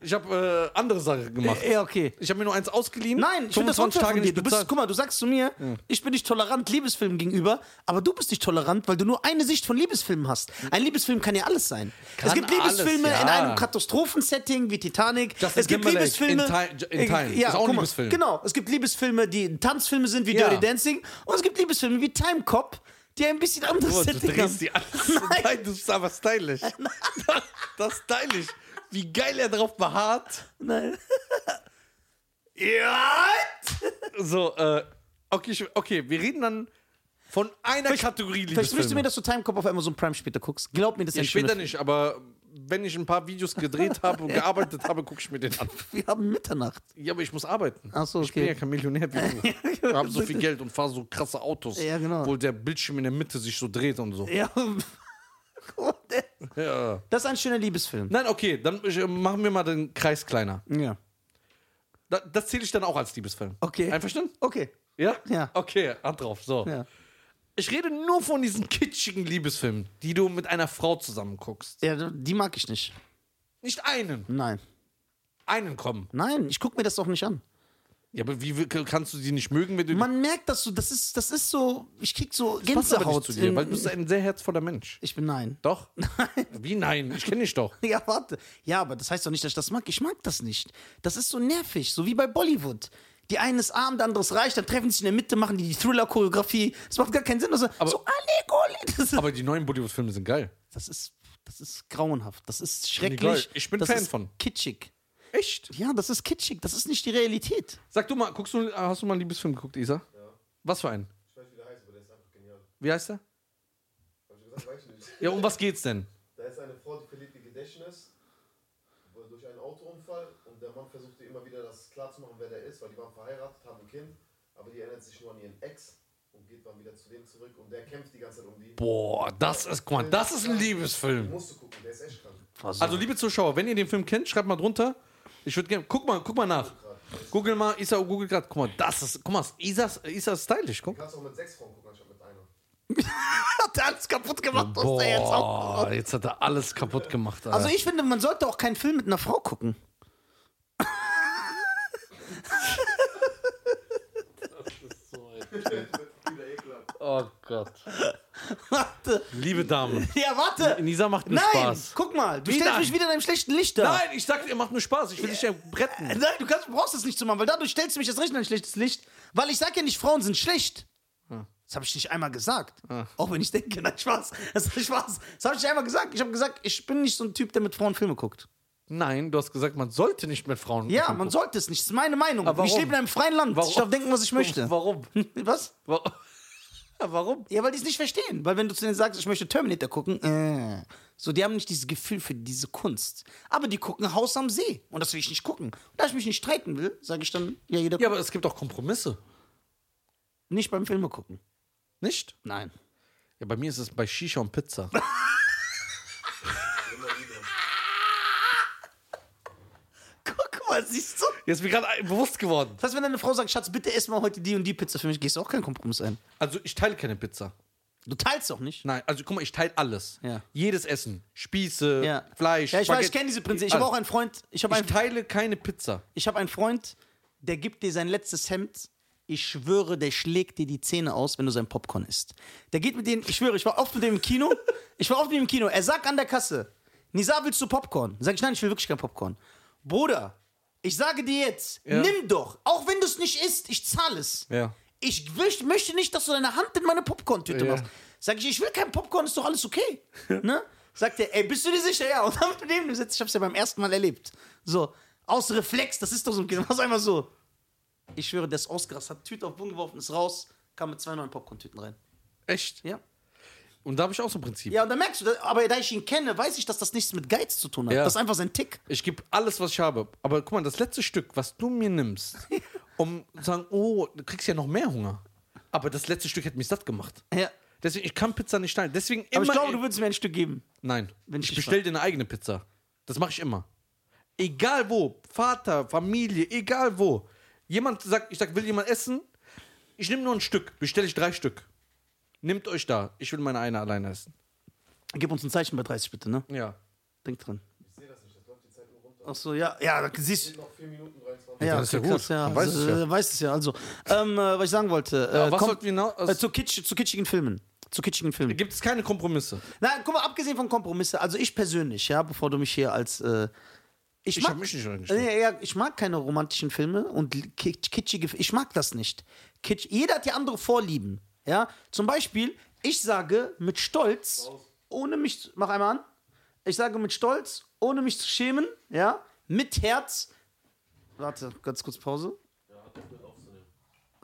Speaker 2: Ich habe äh, andere Sachen gemacht.
Speaker 1: Ja, okay.
Speaker 2: Ich habe mir nur eins ausgeliehen.
Speaker 1: Nein, ich finde das
Speaker 2: 25
Speaker 1: unfair von dir.
Speaker 2: nicht
Speaker 1: Du bist,
Speaker 2: bezahlt.
Speaker 1: guck mal, du sagst zu mir, ich bin nicht tolerant Liebesfilmen gegenüber, aber du bist nicht tolerant, weil du nur eine Sicht von Liebesfilmen hast. Ein Liebesfilm kann ja alles sein. es gibt
Speaker 2: alles,
Speaker 1: Liebesfilme
Speaker 2: ja.
Speaker 1: in einem Katastrophensetting wie Titanic.
Speaker 2: Justin
Speaker 1: es gibt
Speaker 2: Timberlake,
Speaker 1: Liebesfilme
Speaker 2: in Time- in Time.
Speaker 1: Ja,
Speaker 2: Ist auch ein
Speaker 1: guck mal,
Speaker 2: Liebesfilm.
Speaker 1: Genau, es gibt Liebesfilme, die Tanzfilme sind wie
Speaker 2: Ja.
Speaker 1: Dirty Dancing und es gibt Liebesfilme wie Time Cop, die ein bisschen anderes
Speaker 2: Boah, Oh, du
Speaker 1: Setting haben.
Speaker 2: drehst die alles. Nein. das ist aber stylisch. Das ist stylisch. Wie geil er drauf beharrt.
Speaker 1: Nein.
Speaker 2: Ja! So, äh, okay, ich, okay, wir reden dann von einer Kategorie
Speaker 1: Vielleicht wünschst du mir,
Speaker 2: Liebesfilme.
Speaker 1: dass du Time Cop auf Amazon Prime später guckst. Glaub mir, das ist
Speaker 2: Ja,
Speaker 1: ein schöner
Speaker 2: später nicht, aber wenn ich ein paar Videos gedreht habe und gearbeitet habe, gucke ich mir den an.
Speaker 1: Film. Wir haben Mitternacht.
Speaker 2: Ja, aber ich muss arbeiten.
Speaker 1: Ach so,
Speaker 2: Ich bin
Speaker 1: okay.
Speaker 2: ja kein Millionär wie du. Ich habe so viel Geld und fahre so krasse Autos.
Speaker 1: Ja, genau.
Speaker 2: Obwohl der Bildschirm in der Mitte sich so dreht und so.
Speaker 1: Ja.
Speaker 2: Ja.
Speaker 1: Das ist ein schöner Liebesfilm.
Speaker 2: Nein, okay, dann äh, machen wir mal den Kreis kleiner.
Speaker 1: Ja.
Speaker 2: Da, das zähle ich dann auch als Liebesfilm.
Speaker 1: Okay.
Speaker 2: Einverstanden?
Speaker 1: Okay.
Speaker 2: Ja?
Speaker 1: Ja.
Speaker 2: Okay, Hand drauf. So.
Speaker 1: Ja.
Speaker 2: Ich rede nur von diesen kitschigen Liebesfilmen, die du mit einer Frau zusammen guckst.
Speaker 1: Ja, die mag ich nicht.
Speaker 2: Nicht einen.
Speaker 1: Nein.
Speaker 2: Einen kommen.
Speaker 1: Nein, ich guck mir das doch nicht an.
Speaker 2: Ja, aber wie will- kannst du sie nicht mögen, wenn du.
Speaker 1: Man merkt das so, das ist, das ist so, ich krieg so
Speaker 2: Das passt aber
Speaker 1: Gänsehaut.
Speaker 2: nicht zu dir,
Speaker 1: in-
Speaker 2: weil du bist ein sehr herzvoller Mensch.
Speaker 1: ich bin nein.
Speaker 2: Doch? Nein. Wie nein? Ich kenne dich doch.
Speaker 1: Ja, warte. Ja, aber das heißt doch nicht, dass ich das mag. Ich mag das nicht. Das ist so nervig, so wie bei Bollywood. Die eine ist arm, der andere ist reich, dann treffen sie sich in der Mitte, machen die die Thriller-Choreografie. Das macht gar keinen Sinn. Also, so, alle Goli. Das, ist-
Speaker 2: Aber die neuen Bollywood-Filme sind geil.
Speaker 1: das ist, das ist grauenhaft. Das ist
Speaker 2: die
Speaker 1: schrecklich.
Speaker 2: geil. Ich bin
Speaker 1: das
Speaker 2: Fan
Speaker 1: ist
Speaker 2: von.
Speaker 1: Kitschig.
Speaker 2: Echt?
Speaker 1: Ja, das ist kitschig. Das ist nicht die Realität.
Speaker 2: Sag du mal, guckst du, hast du mal einen Liebesfilm geguckt, Isa? Ja. Was für einen?
Speaker 3: Ich weiß, wie der heißt, aber der ist einfach genial.
Speaker 2: Wie heißt der?
Speaker 3: Hab ich gesagt, weiß ich nicht.
Speaker 2: Ja, um was geht's denn?
Speaker 3: Da ist eine Frau, die verliert ihr Gedächtnis äh, durch einen Autounfall und der Mann versuchte immer wieder das klarzumachen, wer der ist, weil die waren verheiratet, haben ein Kind, aber die erinnert sich nur an ihren Ex und geht dann wieder zu dem zurück und der kämpft die ganze Zeit um die.
Speaker 2: Boah, das ist, guck mal, das ist ein
Speaker 3: Die
Speaker 2: Liebesfilm.
Speaker 3: Musst du gucken, der ist echt krank.
Speaker 2: Also, liebe Zuschauer, wenn ihr den Film kennt, schreibt mal drunter. Ich würde gerne. Guck mal, guck mal nach. Google mal, Isa, Google gerade. Guck mal, das ist. Guck mal, Isa, ist- Isa ist stylisch. Guck.
Speaker 3: Du kannst auch mit sechs Frauen gucken, anstatt mit einer.
Speaker 1: hat er alles kaputt gemacht, was der jetzt auch.
Speaker 2: Boah, jetzt hat er alles kaputt gemacht. Alter.
Speaker 1: Also ich finde, man sollte auch keinen Film mit einer Frau gucken.
Speaker 3: Wieder ekelhaft.
Speaker 2: oh Gott.
Speaker 1: Warte.
Speaker 2: Liebe Damen,
Speaker 1: Ja, warte.
Speaker 2: Nisa macht mir
Speaker 1: Nein,
Speaker 2: Spaß.
Speaker 1: guck mal, du
Speaker 2: Wie
Speaker 1: stellst
Speaker 2: nein?
Speaker 1: mich wieder in einem schlechten Licht dar.
Speaker 2: Nein, ich sag, ihr macht nur Spaß. Ich will dich ja bretten.
Speaker 1: Nein, du kannst, brauchst das nicht zu machen, weil dadurch stellst du mich jetzt recht in ein schlechtes Licht. Weil ich sage ja nicht, Frauen sind schlecht. Das habe ich nicht einmal gesagt. Auch wenn ich denke, nein, Spaß. Das ist Spaß. Das habe ich nicht einmal gesagt. Ich habe gesagt, ich bin nicht so ein Typ, der mit Frauen Filme guckt.
Speaker 2: Nein, du hast gesagt, man sollte nicht mit Frauen.
Speaker 1: Ja, man sollte es nicht. Das ist meine Meinung.
Speaker 2: Aber
Speaker 1: Ich
Speaker 2: warum?
Speaker 1: lebe in einem freien Land.
Speaker 2: Warum?
Speaker 1: Ich darf denken, was ich möchte.
Speaker 2: Warum?
Speaker 1: Was?
Speaker 2: Wa- Warum?
Speaker 1: Ja, weil die es nicht verstehen. Weil wenn du zu denen sagst, ich möchte Terminator gucken, äh, so, die haben nicht dieses Gefühl für diese Kunst. Aber die gucken Haus am See. Und das will ich nicht gucken. Da ich mich nicht streiten will, sage ich dann, ja, jeder
Speaker 2: Ja, aber es gibt auch Kompromisse,
Speaker 1: nicht beim Filme gucken.
Speaker 2: nicht?
Speaker 1: Nein.
Speaker 2: Ja, bei mir ist es bei Shisha und Pizza.
Speaker 1: Guck mal, siehst du?
Speaker 2: Jetzt ist mir gerade ein- bewusst geworden.
Speaker 1: Das heißt, wenn deine Frau sagt, Schatz, bitte ess mal heute die und die Pizza für mich, gehst du auch keinen Kompromiss ein.
Speaker 2: Also ich teile keine Pizza.
Speaker 1: Du teilst doch nicht.
Speaker 2: Nein, also guck mal, ich teile alles.
Speaker 1: Ja.
Speaker 2: Jedes Essen. Spieße,
Speaker 1: Ja.
Speaker 2: Fleisch,
Speaker 1: Ja, ich weiß, ich
Speaker 2: Spaghetti.
Speaker 1: kenne diese Prinzip. Ich habe
Speaker 2: Alles.
Speaker 1: auch einen Freund, ich habe
Speaker 2: Ich
Speaker 1: einen
Speaker 2: teile keine Pizza.
Speaker 1: Ich habe einen Freund, der gibt dir sein letztes Hemd. Ich schwöre, der schlägt dir die Zähne aus, wenn du sein Popcorn isst. Der geht mit denen, ich schwöre, ich war oft mit dem im Kino. Ich war oft mit dem im Kino. Er sagt an der Kasse, Nisa, willst du Popcorn? Sag ich, nein, ich will wirklich kein Popcorn. Bruder, ich sage dir jetzt, nimm doch, auch wenn du es nicht isst, ich zahle es.
Speaker 2: Ja.
Speaker 1: Ich wüsch- möchte nicht, dass du deine Hand in meine Popcorn-Tüte
Speaker 2: Ja.
Speaker 1: machst. Sag ich, ich will kein Popcorn, ist doch alles okay. Ne? Sagt er, ey, bist du dir sicher? Ja, und dann mit dem Gesetz, ich hab's ja beim ersten Mal erlebt. So, aus Reflex, das ist doch so ein Kind, was einfach so. Ich schwöre, der ist ausgerastet, hat Tüte auf den Boden geworfen, ist raus, kam mit zwei neuen Popcorn-Tüten rein.
Speaker 2: Echt?
Speaker 1: Ja.
Speaker 2: Und da habe ich auch so ein Prinzip.
Speaker 1: Ja, und dann merkst du, dass- aber da ich ihn kenne, weiß ich, dass das nichts mit Geiz zu tun hat.
Speaker 2: Ja.
Speaker 1: Das ist einfach sein Tick.
Speaker 2: Ich gebe alles, was ich habe. Aber guck mal, das letzte Stück, was du mir nimmst, um zu sagen, oh, du kriegst ja noch mehr Hunger. Aber das letzte Stück hätte mich satt gemacht.
Speaker 1: Ja.
Speaker 2: Deswegen, ich kann Pizza nicht schneiden. Deswegen immer.
Speaker 1: Aber ich glaube, du würdest mir ein Stück geben.
Speaker 2: Nein.
Speaker 1: Wenn
Speaker 2: ich
Speaker 1: ich-
Speaker 2: bestell dir eine eigene Pizza. Das mache ich immer. Egal wo, Vater, Familie, egal wo. Jemand sagt, ich sag, will jemand essen? Ich nehme nur ein Stück, bestelle ich drei Stück. Nehmt euch da. Ich will meine eine alleine essen.
Speaker 1: Gib uns ein Zeichen bei 30, bitte, ne?
Speaker 2: Ja.
Speaker 1: Denk dran.
Speaker 3: Ich sehe das nicht, das läuft die Zeit nur runter.
Speaker 1: Ach so, ja, ja, da siehst
Speaker 3: Sind
Speaker 1: du.
Speaker 3: noch 4 Minuten 23.
Speaker 1: Ja,
Speaker 2: das ist ja
Speaker 1: okay,
Speaker 2: gut.
Speaker 1: krass, ja.
Speaker 2: Man weiß es ja.
Speaker 1: äh, weiß es ja. Also, ähm, äh, was ich sagen wollte, äh,
Speaker 2: was
Speaker 1: komm,
Speaker 2: sollten wir noch-
Speaker 1: äh, zu, kitsch, zu kitschigen Filmen. Zu kitschigen Filmen.
Speaker 2: Gibt es Also, keine Kompromisse?
Speaker 1: Nein, guck mal, abgesehen von Kompromisse, also ich persönlich, ja, bevor du mich hier als. Äh,
Speaker 2: Ich
Speaker 1: mag-
Speaker 2: hab mich nicht reingestellt.
Speaker 1: Nee, ja, ich mag keine romantischen Filme und li- kitsch- kitschige. Ich mag das nicht. Kitsch, jeder hat ja andere Vorlieben. Ja, zum Beispiel, ich sage mit Stolz, ohne mich. zu- Mach einmal an. Ich sage mit Stolz, ohne mich zu schämen, ja, mit Herz. Warte, ganz kurz Pause.
Speaker 3: Ja, hat das mit aufzunehmen.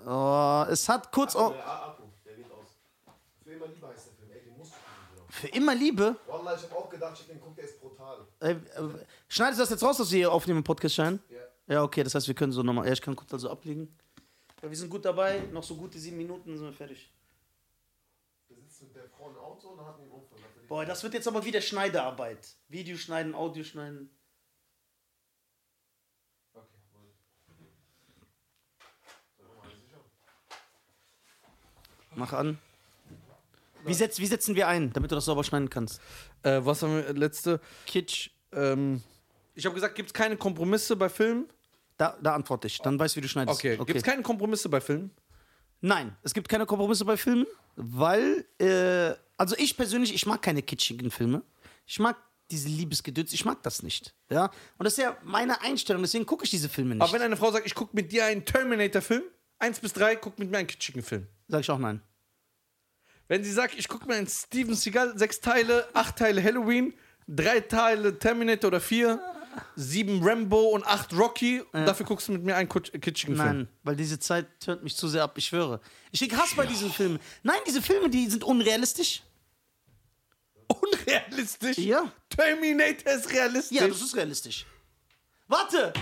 Speaker 1: Oh, es hat kurz. Oh,
Speaker 3: Der A-Akku, Äh, der geht aus. Für immer lieber heißt der Film, ey, den musst du gucken, Bruder.
Speaker 1: für immer Liebe.
Speaker 3: Wallah, ich hab auch gedacht, ich hab den guckt, der ist brutal.
Speaker 1: Äh, äh, schneidest du das jetzt raus, dass wir hier aufnehmen im Podcast scheinen?
Speaker 3: Ja.
Speaker 1: Ja, okay, das heißt, wir können so nochmal. Ja, ich kann kurz also ablegen. Ja, wir sind gut dabei. Noch so gute sieben Minuten sind wir fertig.
Speaker 3: Der sitzt mit der Frau im Auto und hat einen Unfall. Da verliert
Speaker 1: Boah, das wird jetzt aber wieder Schneiderarbeit. Video schneiden, Audio schneiden.
Speaker 3: er- Okay, wohl. Sag mal, alles sicher?
Speaker 1: Mach an. Wie, setz, wie setzen wir ein, damit du das sauber schneiden kannst?
Speaker 2: Äh, was haben wir letzte?
Speaker 1: Kitsch.
Speaker 2: Ähm, ich habe gesagt, gibt es keine Kompromisse bei Filmen?
Speaker 1: Da, da antworte ich. Dann weißt du, wie du schneidest.
Speaker 2: Okay, gibt es keine Kompromisse bei Filmen?
Speaker 1: Nein, es gibt keine Kompromisse bei Filmen, weil, äh, also ich persönlich, ich mag keine kitschigen Filme. Ich mag diese Liebesgedöns, ich mag das nicht. Ja? Und das ist ja meine Einstellung, deswegen gucke ich diese Filme
Speaker 2: Aber
Speaker 1: nicht.
Speaker 2: wenn eine Frau sagt, ich gucke mit dir einen Terminator-Film, 1 bis 3, guck mit mir einen kitschigen Film.
Speaker 1: Sag ich auch nein.
Speaker 2: Wenn sie sagt, ich gucke mir einen Steven Seagal, sechs Teile, acht Teile Halloween, drei Teile Terminator oder vier, sieben Rambo und acht Rocky, dafür guckst du mit mir einen kutsch- kitschigen Film.
Speaker 1: Nein, weil diese Zeit tönt mich zu sehr ab, ich schwöre. Ich krieg Hass bei diesen Filmen. Nein, diese Filme, die sind unrealistisch.
Speaker 2: Unrealistisch?
Speaker 1: Ja.
Speaker 2: Terminator ist realistisch.
Speaker 1: Ja, das ist realistisch. Warte!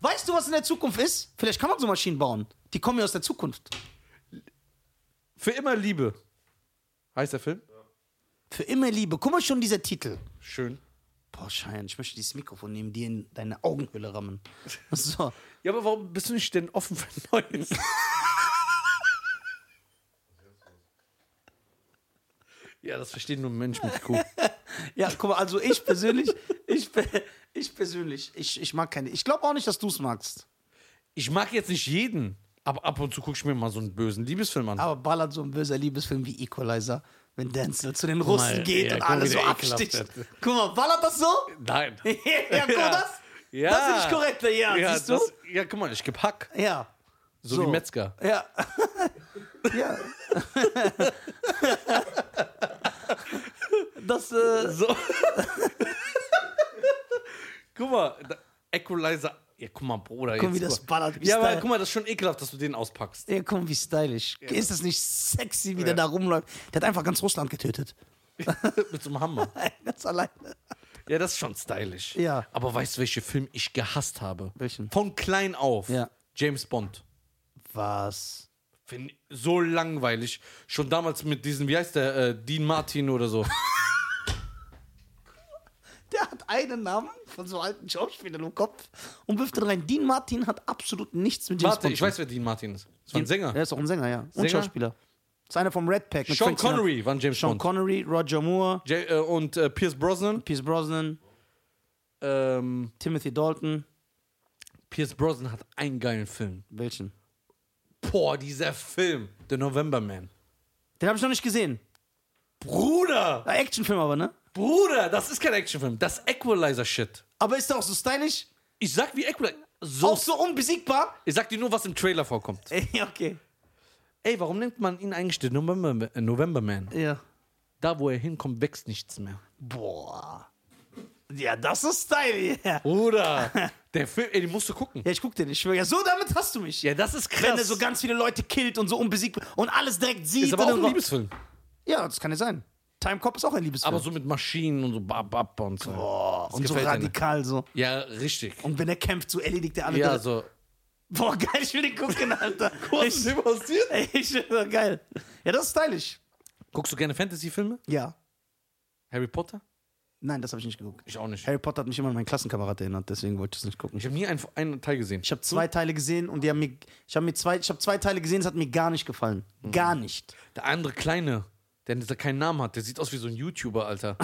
Speaker 1: Weißt du, was in der Zukunft ist? Vielleicht kann man so Maschinen bauen. Die kommen ja aus der Zukunft.
Speaker 2: Für immer Liebe. Heißt der Film?
Speaker 1: Für immer Liebe. Guck mal schon dieser Titel.
Speaker 2: Schön.
Speaker 1: Boah, Schein, ich möchte dieses Mikrofon nehmen, dir in deine Augenhöhle rammen. So.
Speaker 2: Ja, aber warum bist du nicht denn offen für Neues? ja, das verstehen nur Menschen mit Kuh.
Speaker 1: Ja, guck mal, also ich persönlich, ich, pe- ich persönlich, ich, ich mag keine. Ich glaube auch nicht, dass du es magst.
Speaker 2: Ich mag jetzt nicht jeden, aber ab und zu gucke ich mir mal so einen bösen Liebesfilm an.
Speaker 1: Aber ballert so ein böser Liebesfilm wie Equalizer, wenn Denzel zu den Russen geht
Speaker 2: ja,
Speaker 1: und
Speaker 2: guck mal, wie
Speaker 1: alles so
Speaker 2: der ekelhaft
Speaker 1: absticht.
Speaker 2: wird.
Speaker 1: Guck mal, ballert das so?
Speaker 2: Nein.
Speaker 1: ja, guck mal, das?
Speaker 2: Ja.
Speaker 1: Das ist nicht korrekt, ja,
Speaker 2: Ja,
Speaker 1: siehst du?
Speaker 2: das, ja, guck mal, ich geb Hack.
Speaker 1: Ja.
Speaker 2: So, wie Metzger.
Speaker 1: Ja. ja. das, äh,
Speaker 2: So. guck mal, da, Equalizer. Ja, guck mal, Bruder.
Speaker 1: Guck, wie
Speaker 2: jetzt,
Speaker 1: das ballert, wie
Speaker 2: Ja, aber
Speaker 1: Style.
Speaker 2: guck mal, das ist schon ekelhaft, dass du den auspackst.
Speaker 1: ja, komm, wie stylisch. Ist das nicht sexy, wie der da rumläuft? Der hat einfach ganz Russland getötet.
Speaker 2: Mit so einem Hammer.
Speaker 1: ganz alleine.
Speaker 2: Ja, das ist schon stylisch.
Speaker 1: Ja.
Speaker 2: Aber weißt du, welche Film ich gehasst habe?
Speaker 1: Welchen?
Speaker 2: Von klein auf.
Speaker 1: Ja.
Speaker 2: James Bond.
Speaker 1: Was?
Speaker 2: Find so langweilig. Schon damals mit diesem, wie heißt der, äh, Dean Martin oder so.
Speaker 1: Der hat einen Namen von so alten Schauspielern im Kopf und wirft den rein. Dean Martin hat absolut nichts mit James
Speaker 2: Warte,
Speaker 1: Bond
Speaker 2: ich
Speaker 1: zu tun.
Speaker 2: weiß, wer Dean Martin ist. Das war ein Sänger.
Speaker 1: Er ist auch ein Sänger, ja. Und
Speaker 2: Sänger?
Speaker 1: Schauspieler. Ist einer vom Red Pack. mit
Speaker 2: Sean
Speaker 1: Frank Sinatra.
Speaker 2: Connery war ein James
Speaker 1: Sean
Speaker 2: Bond.
Speaker 1: Connery, Roger Moore,
Speaker 2: J äh, und äh, Pierce Brosnan.
Speaker 1: Pierce Brosnan,
Speaker 2: Ähm,
Speaker 1: Timothy Dalton.
Speaker 2: Pierce Brosnan hat einen geilen Film.
Speaker 1: Welchen?
Speaker 2: Boah, dieser Film. The November Man.
Speaker 1: Den habe ich noch nicht gesehen.
Speaker 2: Bruder!
Speaker 1: Ah, Actionfilm aber, ne?
Speaker 2: Bruder! Das ist kein Actionfilm. Das ist Equalizer-Shit.
Speaker 1: Aber ist der auch so stylisch?
Speaker 2: Ich sag wie Equalizer.
Speaker 1: Auch
Speaker 2: So.
Speaker 1: so unbesiegbar?
Speaker 2: Ich sag dir nur, was im Trailer vorkommt.
Speaker 1: Ey, okay.
Speaker 2: Ey, warum nennt man ihn eigentlich den November, äh, November Man?
Speaker 1: Ja.
Speaker 2: Da, wo er hinkommt, wächst nichts mehr.
Speaker 1: Boah. Ja, das ist Style. Ja,
Speaker 2: Bruder, der Film, ey, den musst du gucken.
Speaker 1: ja ich guck den, ich schwöre. Ja, so damit hast du mich.
Speaker 2: Ja, das ist
Speaker 1: Wenn
Speaker 2: krass.
Speaker 1: er so ganz viele Leute killt und so unbesiegt und alles direkt sieht.
Speaker 2: ist aber
Speaker 1: und
Speaker 2: auch ein
Speaker 1: dann-
Speaker 2: Liebesfilm.
Speaker 1: ja, das kann ja sein. Time Cop ist auch ein Liebesfilm.
Speaker 2: Aber so mit Maschinen und so bab, bab und so.
Speaker 1: Boah, und so
Speaker 2: gefällt mir nicht.
Speaker 1: radikal so.
Speaker 2: Ja, richtig.
Speaker 1: Und wenn er kämpft, so erledigt er alle.
Speaker 2: Ja, also-
Speaker 1: direkt.
Speaker 2: so.
Speaker 1: Boah, geil, ich will den gucken, Alter. ich,
Speaker 2: passiert?
Speaker 1: ey, ich, geil. Ja, das ist stylisch.
Speaker 2: Guckst du gerne Fantasy-Filme?
Speaker 1: Ja.
Speaker 2: Harry Potter?
Speaker 1: Nein, das habe ich nicht geguckt.
Speaker 2: Ich auch nicht.
Speaker 1: Harry Potter hat mich immer an meinen Klassenkamerad erinnert, deswegen wollte ich es nicht gucken.
Speaker 2: Ich habe nie einen, einen Teil gesehen.
Speaker 1: Ich habe zwei Teile gesehen und die haben mir, ich habe mir zwei, ich habe zwei Teile gesehen, es hat mir gar nicht gefallen,
Speaker 2: Mhm.
Speaker 1: gar nicht.
Speaker 2: Der andere Kleine, der, der keinen Namen hat, der sieht aus wie so ein YouTuber, Alter.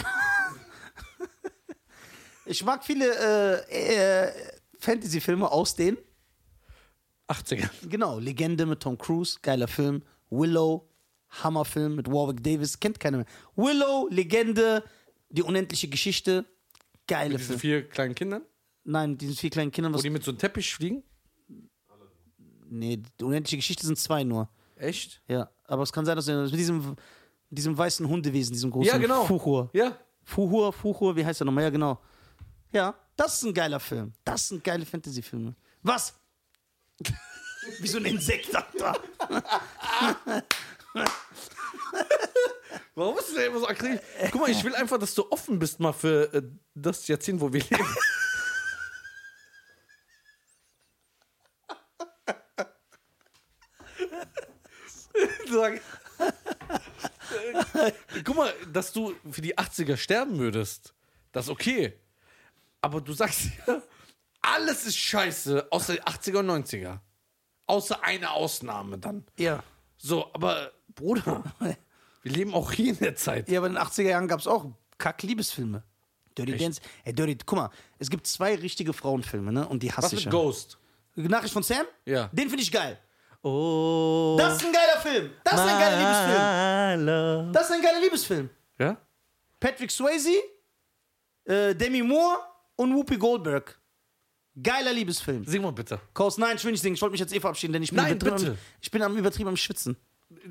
Speaker 1: Ich mag viele äh, äh, Fantasy-Filme aus den,
Speaker 2: 80er.
Speaker 1: genau, Legende mit Tom Cruise, geiler Film, Willow, Hammerfilm mit Warwick Davis, kennt keiner mehr. Willow, Legende, die unendliche Geschichte, geile
Speaker 2: Diese
Speaker 1: Film.
Speaker 2: vier kleinen Kindern,
Speaker 1: Nein, mit diesen vier kleinen Kindern,
Speaker 2: wo
Speaker 1: was,
Speaker 2: die mit so einem Teppich fliegen.
Speaker 1: nee, die unendliche Geschichte sind zwei nur.
Speaker 2: Echt?
Speaker 1: Ja, aber es kann sein, dass er mit diesem, diesem weißen Hundewesen, diesem großen
Speaker 2: Ja, genau.
Speaker 1: Fuchur.
Speaker 2: Ja.
Speaker 1: Fuhur, Fuhur, wie heißt er nochmal? Ja, genau. Ja, das ist ein geiler Film. Das sind geile Fantasy-Filme. Was? wie so ein Insekt, Alter.
Speaker 2: Warum bist du denn immer so aggressiv? Guck mal, ich will einfach, dass du offen bist mal für äh, das Jahrzehnt, wo wir leben. Sag- Guck mal, dass du für die 80er sterben würdest, das ist okay. Aber du sagst ja, alles ist scheiße, außer die 80er und 90er. Außer eine Ausnahme dann.
Speaker 1: Ja.
Speaker 2: So, aber Bruder, wir leben auch hier in der Zeit.
Speaker 1: Ja, aber in den 80er Jahren gab es auch Kack-Liebesfilme. Dirty Dance. Ey, Dirty, guck mal, es gibt zwei richtige Frauenfilme, ne? Und die hasse
Speaker 2: Was
Speaker 1: ich.
Speaker 2: mit
Speaker 1: ja.
Speaker 2: Ghost?
Speaker 1: Nachricht von Sam?
Speaker 2: Ja.
Speaker 1: Den finde ich geil.
Speaker 2: Oh.
Speaker 1: Das ist ein geiler Film. Das ist ein geiler Liebesfilm.
Speaker 2: Liebesfilm.
Speaker 1: Das ist ein geiler Liebesfilm.
Speaker 2: Ja?
Speaker 1: Patrick Swayze, äh, Demi Moore und Whoopi Goldberg. Geiler Liebesfilm.
Speaker 2: Sing mal bitte.
Speaker 1: Kurs, nein, ich will nicht singen. Ich wollte mich jetzt eh verabschieden, denn ich bin,
Speaker 2: Nein,
Speaker 1: übertrieben
Speaker 2: bitte.
Speaker 1: Am, ich bin am übertrieben am Schwitzen.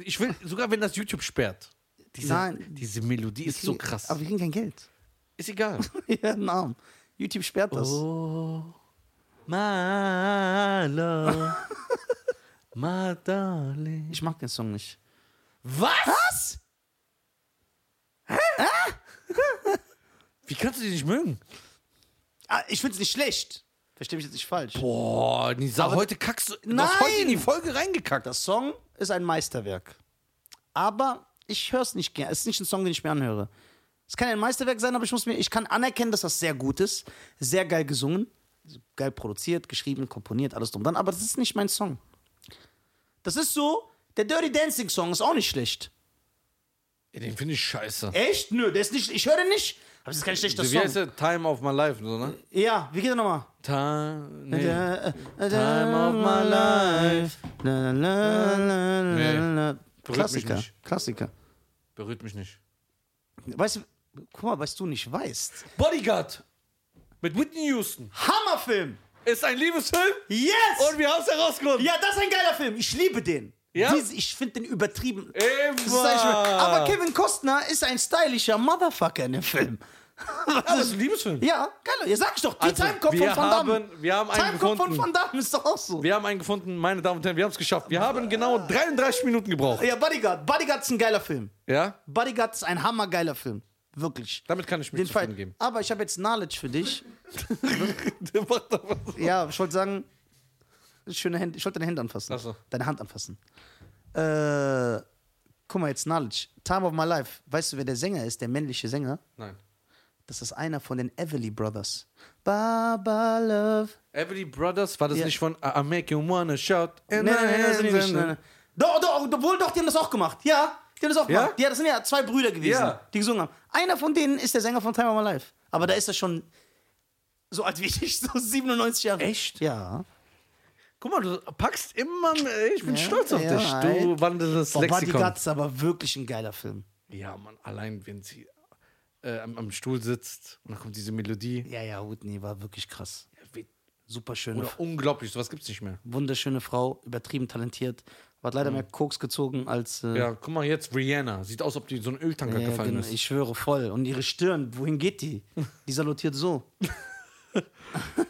Speaker 2: Ich will, sogar wenn das YouTube sperrt. Diese,
Speaker 1: Nein.
Speaker 2: diese Melodie ist so krass.
Speaker 1: Aber wir kriegen kein Geld.
Speaker 2: Ist egal.
Speaker 1: ja, ein Arm. YouTube sperrt das.
Speaker 2: Oh, my love, my darling.
Speaker 1: Ich mag den Song nicht.
Speaker 2: Was?
Speaker 1: Was?
Speaker 2: Wie kannst du die nicht mögen?
Speaker 1: Ah, ich find's nicht schlecht. Versteh mich jetzt nicht falsch.
Speaker 2: Boah, Nisa,
Speaker 1: Aber-
Speaker 2: heute kackst du. Du hast heute in die Folge reingekackt.
Speaker 1: Das Song ist ein Meisterwerk. Aber ich höre es nicht gerne. Es ist nicht ein Song, den ich mir anhöre. Es kann ein Meisterwerk sein, aber ich muss mir, ich kann anerkennen, dass das sehr gut ist, sehr geil gesungen, geil produziert, geschrieben, komponiert, alles drum und dran. Aber das ist nicht mein Song. Das ist so. Der Dirty Dancing Song ist auch nicht schlecht.
Speaker 2: Den finde ich scheiße.
Speaker 1: Echt? Nö, der ist nicht. Ich höre den nicht. Aber es ist kein schlechter
Speaker 2: Wie heißt
Speaker 1: Song.
Speaker 2: der? Time of my life, so, ne?
Speaker 1: Ja, wie geht er nochmal?
Speaker 2: Time. Nee.
Speaker 1: Time äh,
Speaker 2: of my life.
Speaker 1: La, la, la, la, la, la.
Speaker 2: mich
Speaker 1: Klassiker,
Speaker 2: nicht.
Speaker 1: Klassiker.
Speaker 2: Berührt mich nicht.
Speaker 1: Weißt du, guck mal, was du nicht weißt.
Speaker 2: Bodyguard mit Whitney Houston
Speaker 1: Hammerfilm!
Speaker 2: ist ein Liebesfilm
Speaker 1: Yes!
Speaker 2: und wir haben es herausgefunden.
Speaker 1: ja, das ist ein geiler Film. Ich liebe den.
Speaker 2: Ja?
Speaker 1: Diese, ich finde den übertrieben.
Speaker 2: Immer.
Speaker 1: Das ist ein Schwe- Aber Kevin Costner ist ein stylischer Motherfucker in dem Film.
Speaker 2: Aber es ist ein Liebesfilm.
Speaker 1: Ja, geiler. Ja, sag ich doch. Die
Speaker 2: Also,
Speaker 1: Timecop
Speaker 2: wir
Speaker 1: von Van Damme.
Speaker 2: haben- wir haben einen
Speaker 1: Timecop von Van
Speaker 2: gefunden.
Speaker 1: Damme ist doch auch so.
Speaker 2: Wir haben einen gefunden, meine Damen und Herren, wir haben es geschafft. Wir haben genau 33 Minuten gebraucht.
Speaker 1: Ja, Bodyguard. Bodyguard ist ein geiler Film.
Speaker 2: Ja?
Speaker 1: Bodyguard ist ein hammergeiler Film. Wirklich.
Speaker 2: Damit kann ich mich
Speaker 1: Den Fall.
Speaker 2: zufrieden geben.
Speaker 1: Aber ich habe jetzt Knowledge für dich.
Speaker 2: Der macht aber so.
Speaker 1: Ja, ich wollte sagen, schöne Hände, ich wollte deine Hände anfassen.
Speaker 2: Ach so.
Speaker 1: Deine Hand anfassen. Äh, guck mal jetzt, Knowledge. Time of my life. Weißt du, wer der Sänger ist, der männliche Sänger?
Speaker 2: Nein.
Speaker 1: Das ist einer von den Everly Brothers. Baba Love.
Speaker 2: Everly Brothers, war das
Speaker 1: Ja.
Speaker 2: nicht von I I make you wanna shout?
Speaker 1: Nein, nein, nein, das sind die nicht. Nein, nein. Doch, doch, wohl doch, die haben das auch gemacht. Ja, die haben das auch
Speaker 2: Ja?
Speaker 1: gemacht. Ja, das sind ja zwei Brüder gewesen,
Speaker 2: Ja.
Speaker 1: die gesungen haben. Einer von denen ist der Sänger von Time of my life. Aber da ist er schon so alt wie ich, so 97 Jahre.
Speaker 2: Echt?
Speaker 1: Ja.
Speaker 2: Guck mal, du packst immer. mehr- Ich bin
Speaker 1: Ja,
Speaker 2: stolz auf
Speaker 1: ja,
Speaker 2: dich.
Speaker 1: ey.
Speaker 2: Du wandelndes
Speaker 1: Boah,
Speaker 2: Lexikon.
Speaker 1: Bodyguard ist aber wirklich ein geiler Film.
Speaker 2: Ja, Mann, allein wenn sie äh, am, am Stuhl sitzt und dann kommt diese Melodie.
Speaker 1: Ja, ja, Whitney war wirklich krass. Super schöne,
Speaker 2: Oder unglaublich, sowas gibt's nicht mehr.
Speaker 1: wunderschöne Frau, übertrieben talentiert. hat leider mehr Koks gezogen als. Äh,
Speaker 2: Ja, guck mal, jetzt Rihanna. Sieht aus, ob die in so ein Öltanker
Speaker 1: ja,
Speaker 2: gefallen
Speaker 1: genau,
Speaker 2: ist.
Speaker 1: ich schwöre voll. Und ihre Stirn, wohin geht die? Die salutiert so.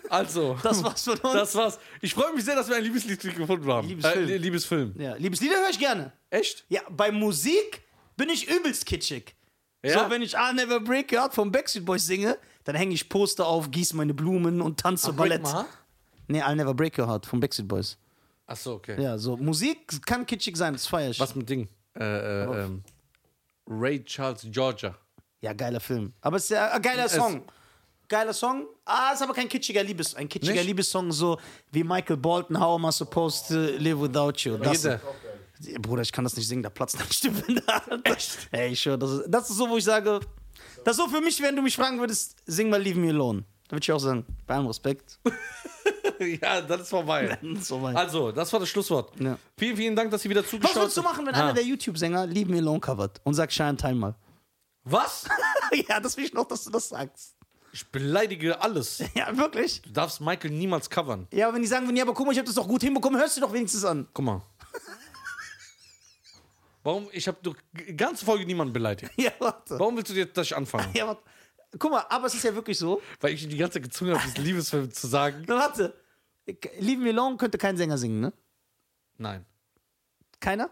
Speaker 2: Also,
Speaker 1: Das war's von uns.
Speaker 2: das war's. Ich freue mich sehr, dass wir ein Liebeslied gefunden haben.
Speaker 1: Liebesfilm.
Speaker 2: Äh, Liebesfilm.
Speaker 1: Ja, Liebeslieder höre ich gerne.
Speaker 2: Echt?
Speaker 1: Ja, bei Musik bin ich übelst kitschig.
Speaker 2: Ja?
Speaker 1: So, wenn ich I Never Break Your Heart von Backstreet Boys singe, dann hänge ich Poster auf, gieße meine Blumen und tanze Ballett. Nee, I Never Break Your Heart von Backstreet Boys.
Speaker 2: Achso, okay.
Speaker 1: Ja, so Musik kann kitschig sein, das feier ich.
Speaker 2: Was mit Ding? Äh, äh, ähm, Ray Charles Georgia.
Speaker 1: Ja, geiler Film. Aber es ist ja ein geiler
Speaker 2: Es-
Speaker 1: Song. Geiler Song. Ah, ist aber kein kitschiger Liebes, ein kitschiger
Speaker 2: Nicht?
Speaker 1: Liebessong so wie Michael Bolton, How am I supposed to live without you? Das,
Speaker 2: Jeder.
Speaker 3: Auch geil.
Speaker 1: Bruder, ich kann das nicht singen, da platzt eine Stimme in der Hand. Echt? Ey, ich schwör, das ist, das ist so, wo ich sage, das ist so für mich, wenn du mich fragen würdest, sing mal Leave Me Alone. Da würde ich auch sagen, bei allem Respekt.
Speaker 2: ja, das ist vorbei.
Speaker 1: so weit.
Speaker 2: Also, das war das Schlusswort.
Speaker 1: Ja.
Speaker 2: Vielen, vielen Dank, dass ihr wieder zugeschaut
Speaker 1: Was
Speaker 2: habt.
Speaker 1: würdest du machen, wenn
Speaker 2: Ah.
Speaker 1: einer der YouTube-Sänger Leave Me Alone covert und sagt Shine Time mal?
Speaker 2: Was?
Speaker 1: ja, das will ich noch, dass du das sagst.
Speaker 2: Ich beleidige alles.
Speaker 1: Ja, wirklich?
Speaker 2: Du darfst Michael niemals covern.
Speaker 1: Ja, aber wenn die sagen würden, ja, aber guck mal, ich hab das doch gut hinbekommen, hörst du doch wenigstens an.
Speaker 2: Guck mal. Warum? Ich habe doch die ganze Folge niemanden beleidigt.
Speaker 1: Ja, warte.
Speaker 2: Warum willst du jetzt, dass ich anfange?
Speaker 1: Ja, warte. Guck mal, aber es ist ja wirklich so.
Speaker 2: Weil ich die ganze Zeit gezwungen habe, diesen Liebesfilm zu sagen.
Speaker 1: Na, warte. Leave Me Alone könnte kein Sänger singen, ne?
Speaker 2: Nein.
Speaker 1: Keiner?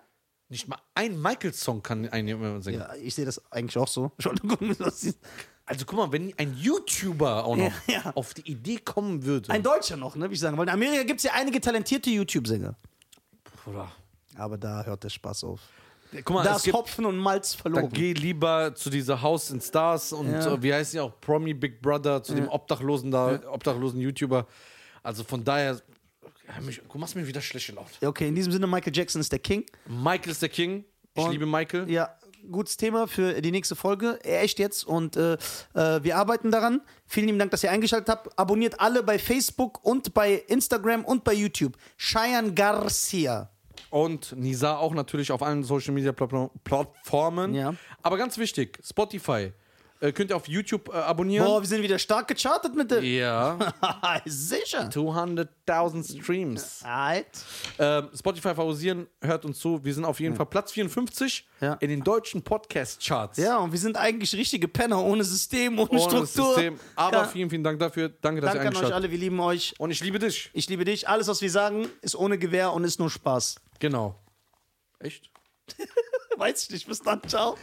Speaker 2: Nicht mal ein Michael-Song kann ein singen.
Speaker 1: Ja, ich sehe das eigentlich auch so. Schon gucken, wie du das siehst.
Speaker 2: Also guck mal, wenn ein YouTuber auch noch
Speaker 1: Ja, ja.
Speaker 2: auf die Idee kommen würde.
Speaker 1: Ein Deutscher noch, ne? Wie ich sagen wollte. In Amerika gibt es ja einige talentierte YouTube-Sänger.
Speaker 2: Bruder.
Speaker 1: Aber da hört der Spaß auf.
Speaker 2: Guck mal,
Speaker 1: Da
Speaker 2: es
Speaker 1: ist
Speaker 2: gibt,
Speaker 1: Hopfen und Malz
Speaker 2: dann
Speaker 1: verloren.
Speaker 2: Oh, geh lieber zu dieser House in Stars und
Speaker 1: Ja.
Speaker 2: äh, wie heißt die auch, Promi Big Brother, zu dem obdachlosen da, obdachlosen YouTuber. Also von daher, hör mich, du machst mir wieder schlechte Laune.
Speaker 1: Ja, Okay, in diesem Sinne, Michael Jackson ist der King.
Speaker 2: Michael ist der King. Ich
Speaker 1: Und-
Speaker 2: liebe Michael.
Speaker 1: Ja, gutes Thema für die nächste Folge. Echt jetzt. Und äh, äh, wir arbeiten daran. Vielen lieben Dank, dass ihr eingeschaltet habt. Abonniert alle bei Facebook und bei Instagram und bei YouTube. Cheyenne Garcia.
Speaker 2: Und Nisa auch natürlich auf allen Social Media Pla- Plattformen.
Speaker 1: Ja.
Speaker 2: Aber ganz wichtig, Spotify. Äh, könnt ihr auf YouTube äh, abonnieren.
Speaker 1: Boah, wir sind wieder stark gechartet mit dem.
Speaker 2: Ja.
Speaker 1: Sicher.
Speaker 2: 200.000 Streams.
Speaker 1: Alright.
Speaker 2: Ähm, Spotify favorisieren, hört uns zu. Wir sind auf jeden Fall Platz 54
Speaker 1: Ja.
Speaker 2: in den deutschen Podcast-Charts.
Speaker 1: Ja, und wir sind eigentlich richtige Penner ohne System, ohne,
Speaker 2: Ohne
Speaker 1: Struktur.
Speaker 2: System. Aber
Speaker 1: Ja.
Speaker 2: vielen, vielen Dank dafür. Danke,
Speaker 1: Danke
Speaker 2: dass ihr
Speaker 1: an euch
Speaker 2: eingeschaltet habt.
Speaker 1: alle, wir lieben euch.
Speaker 2: Und ich liebe dich.
Speaker 1: Ich liebe dich. Alles, was wir sagen, ist ohne Gewehr und ist nur Spaß.
Speaker 2: Genau. Echt?
Speaker 1: Weiß ich nicht. Bis dann. Ciao.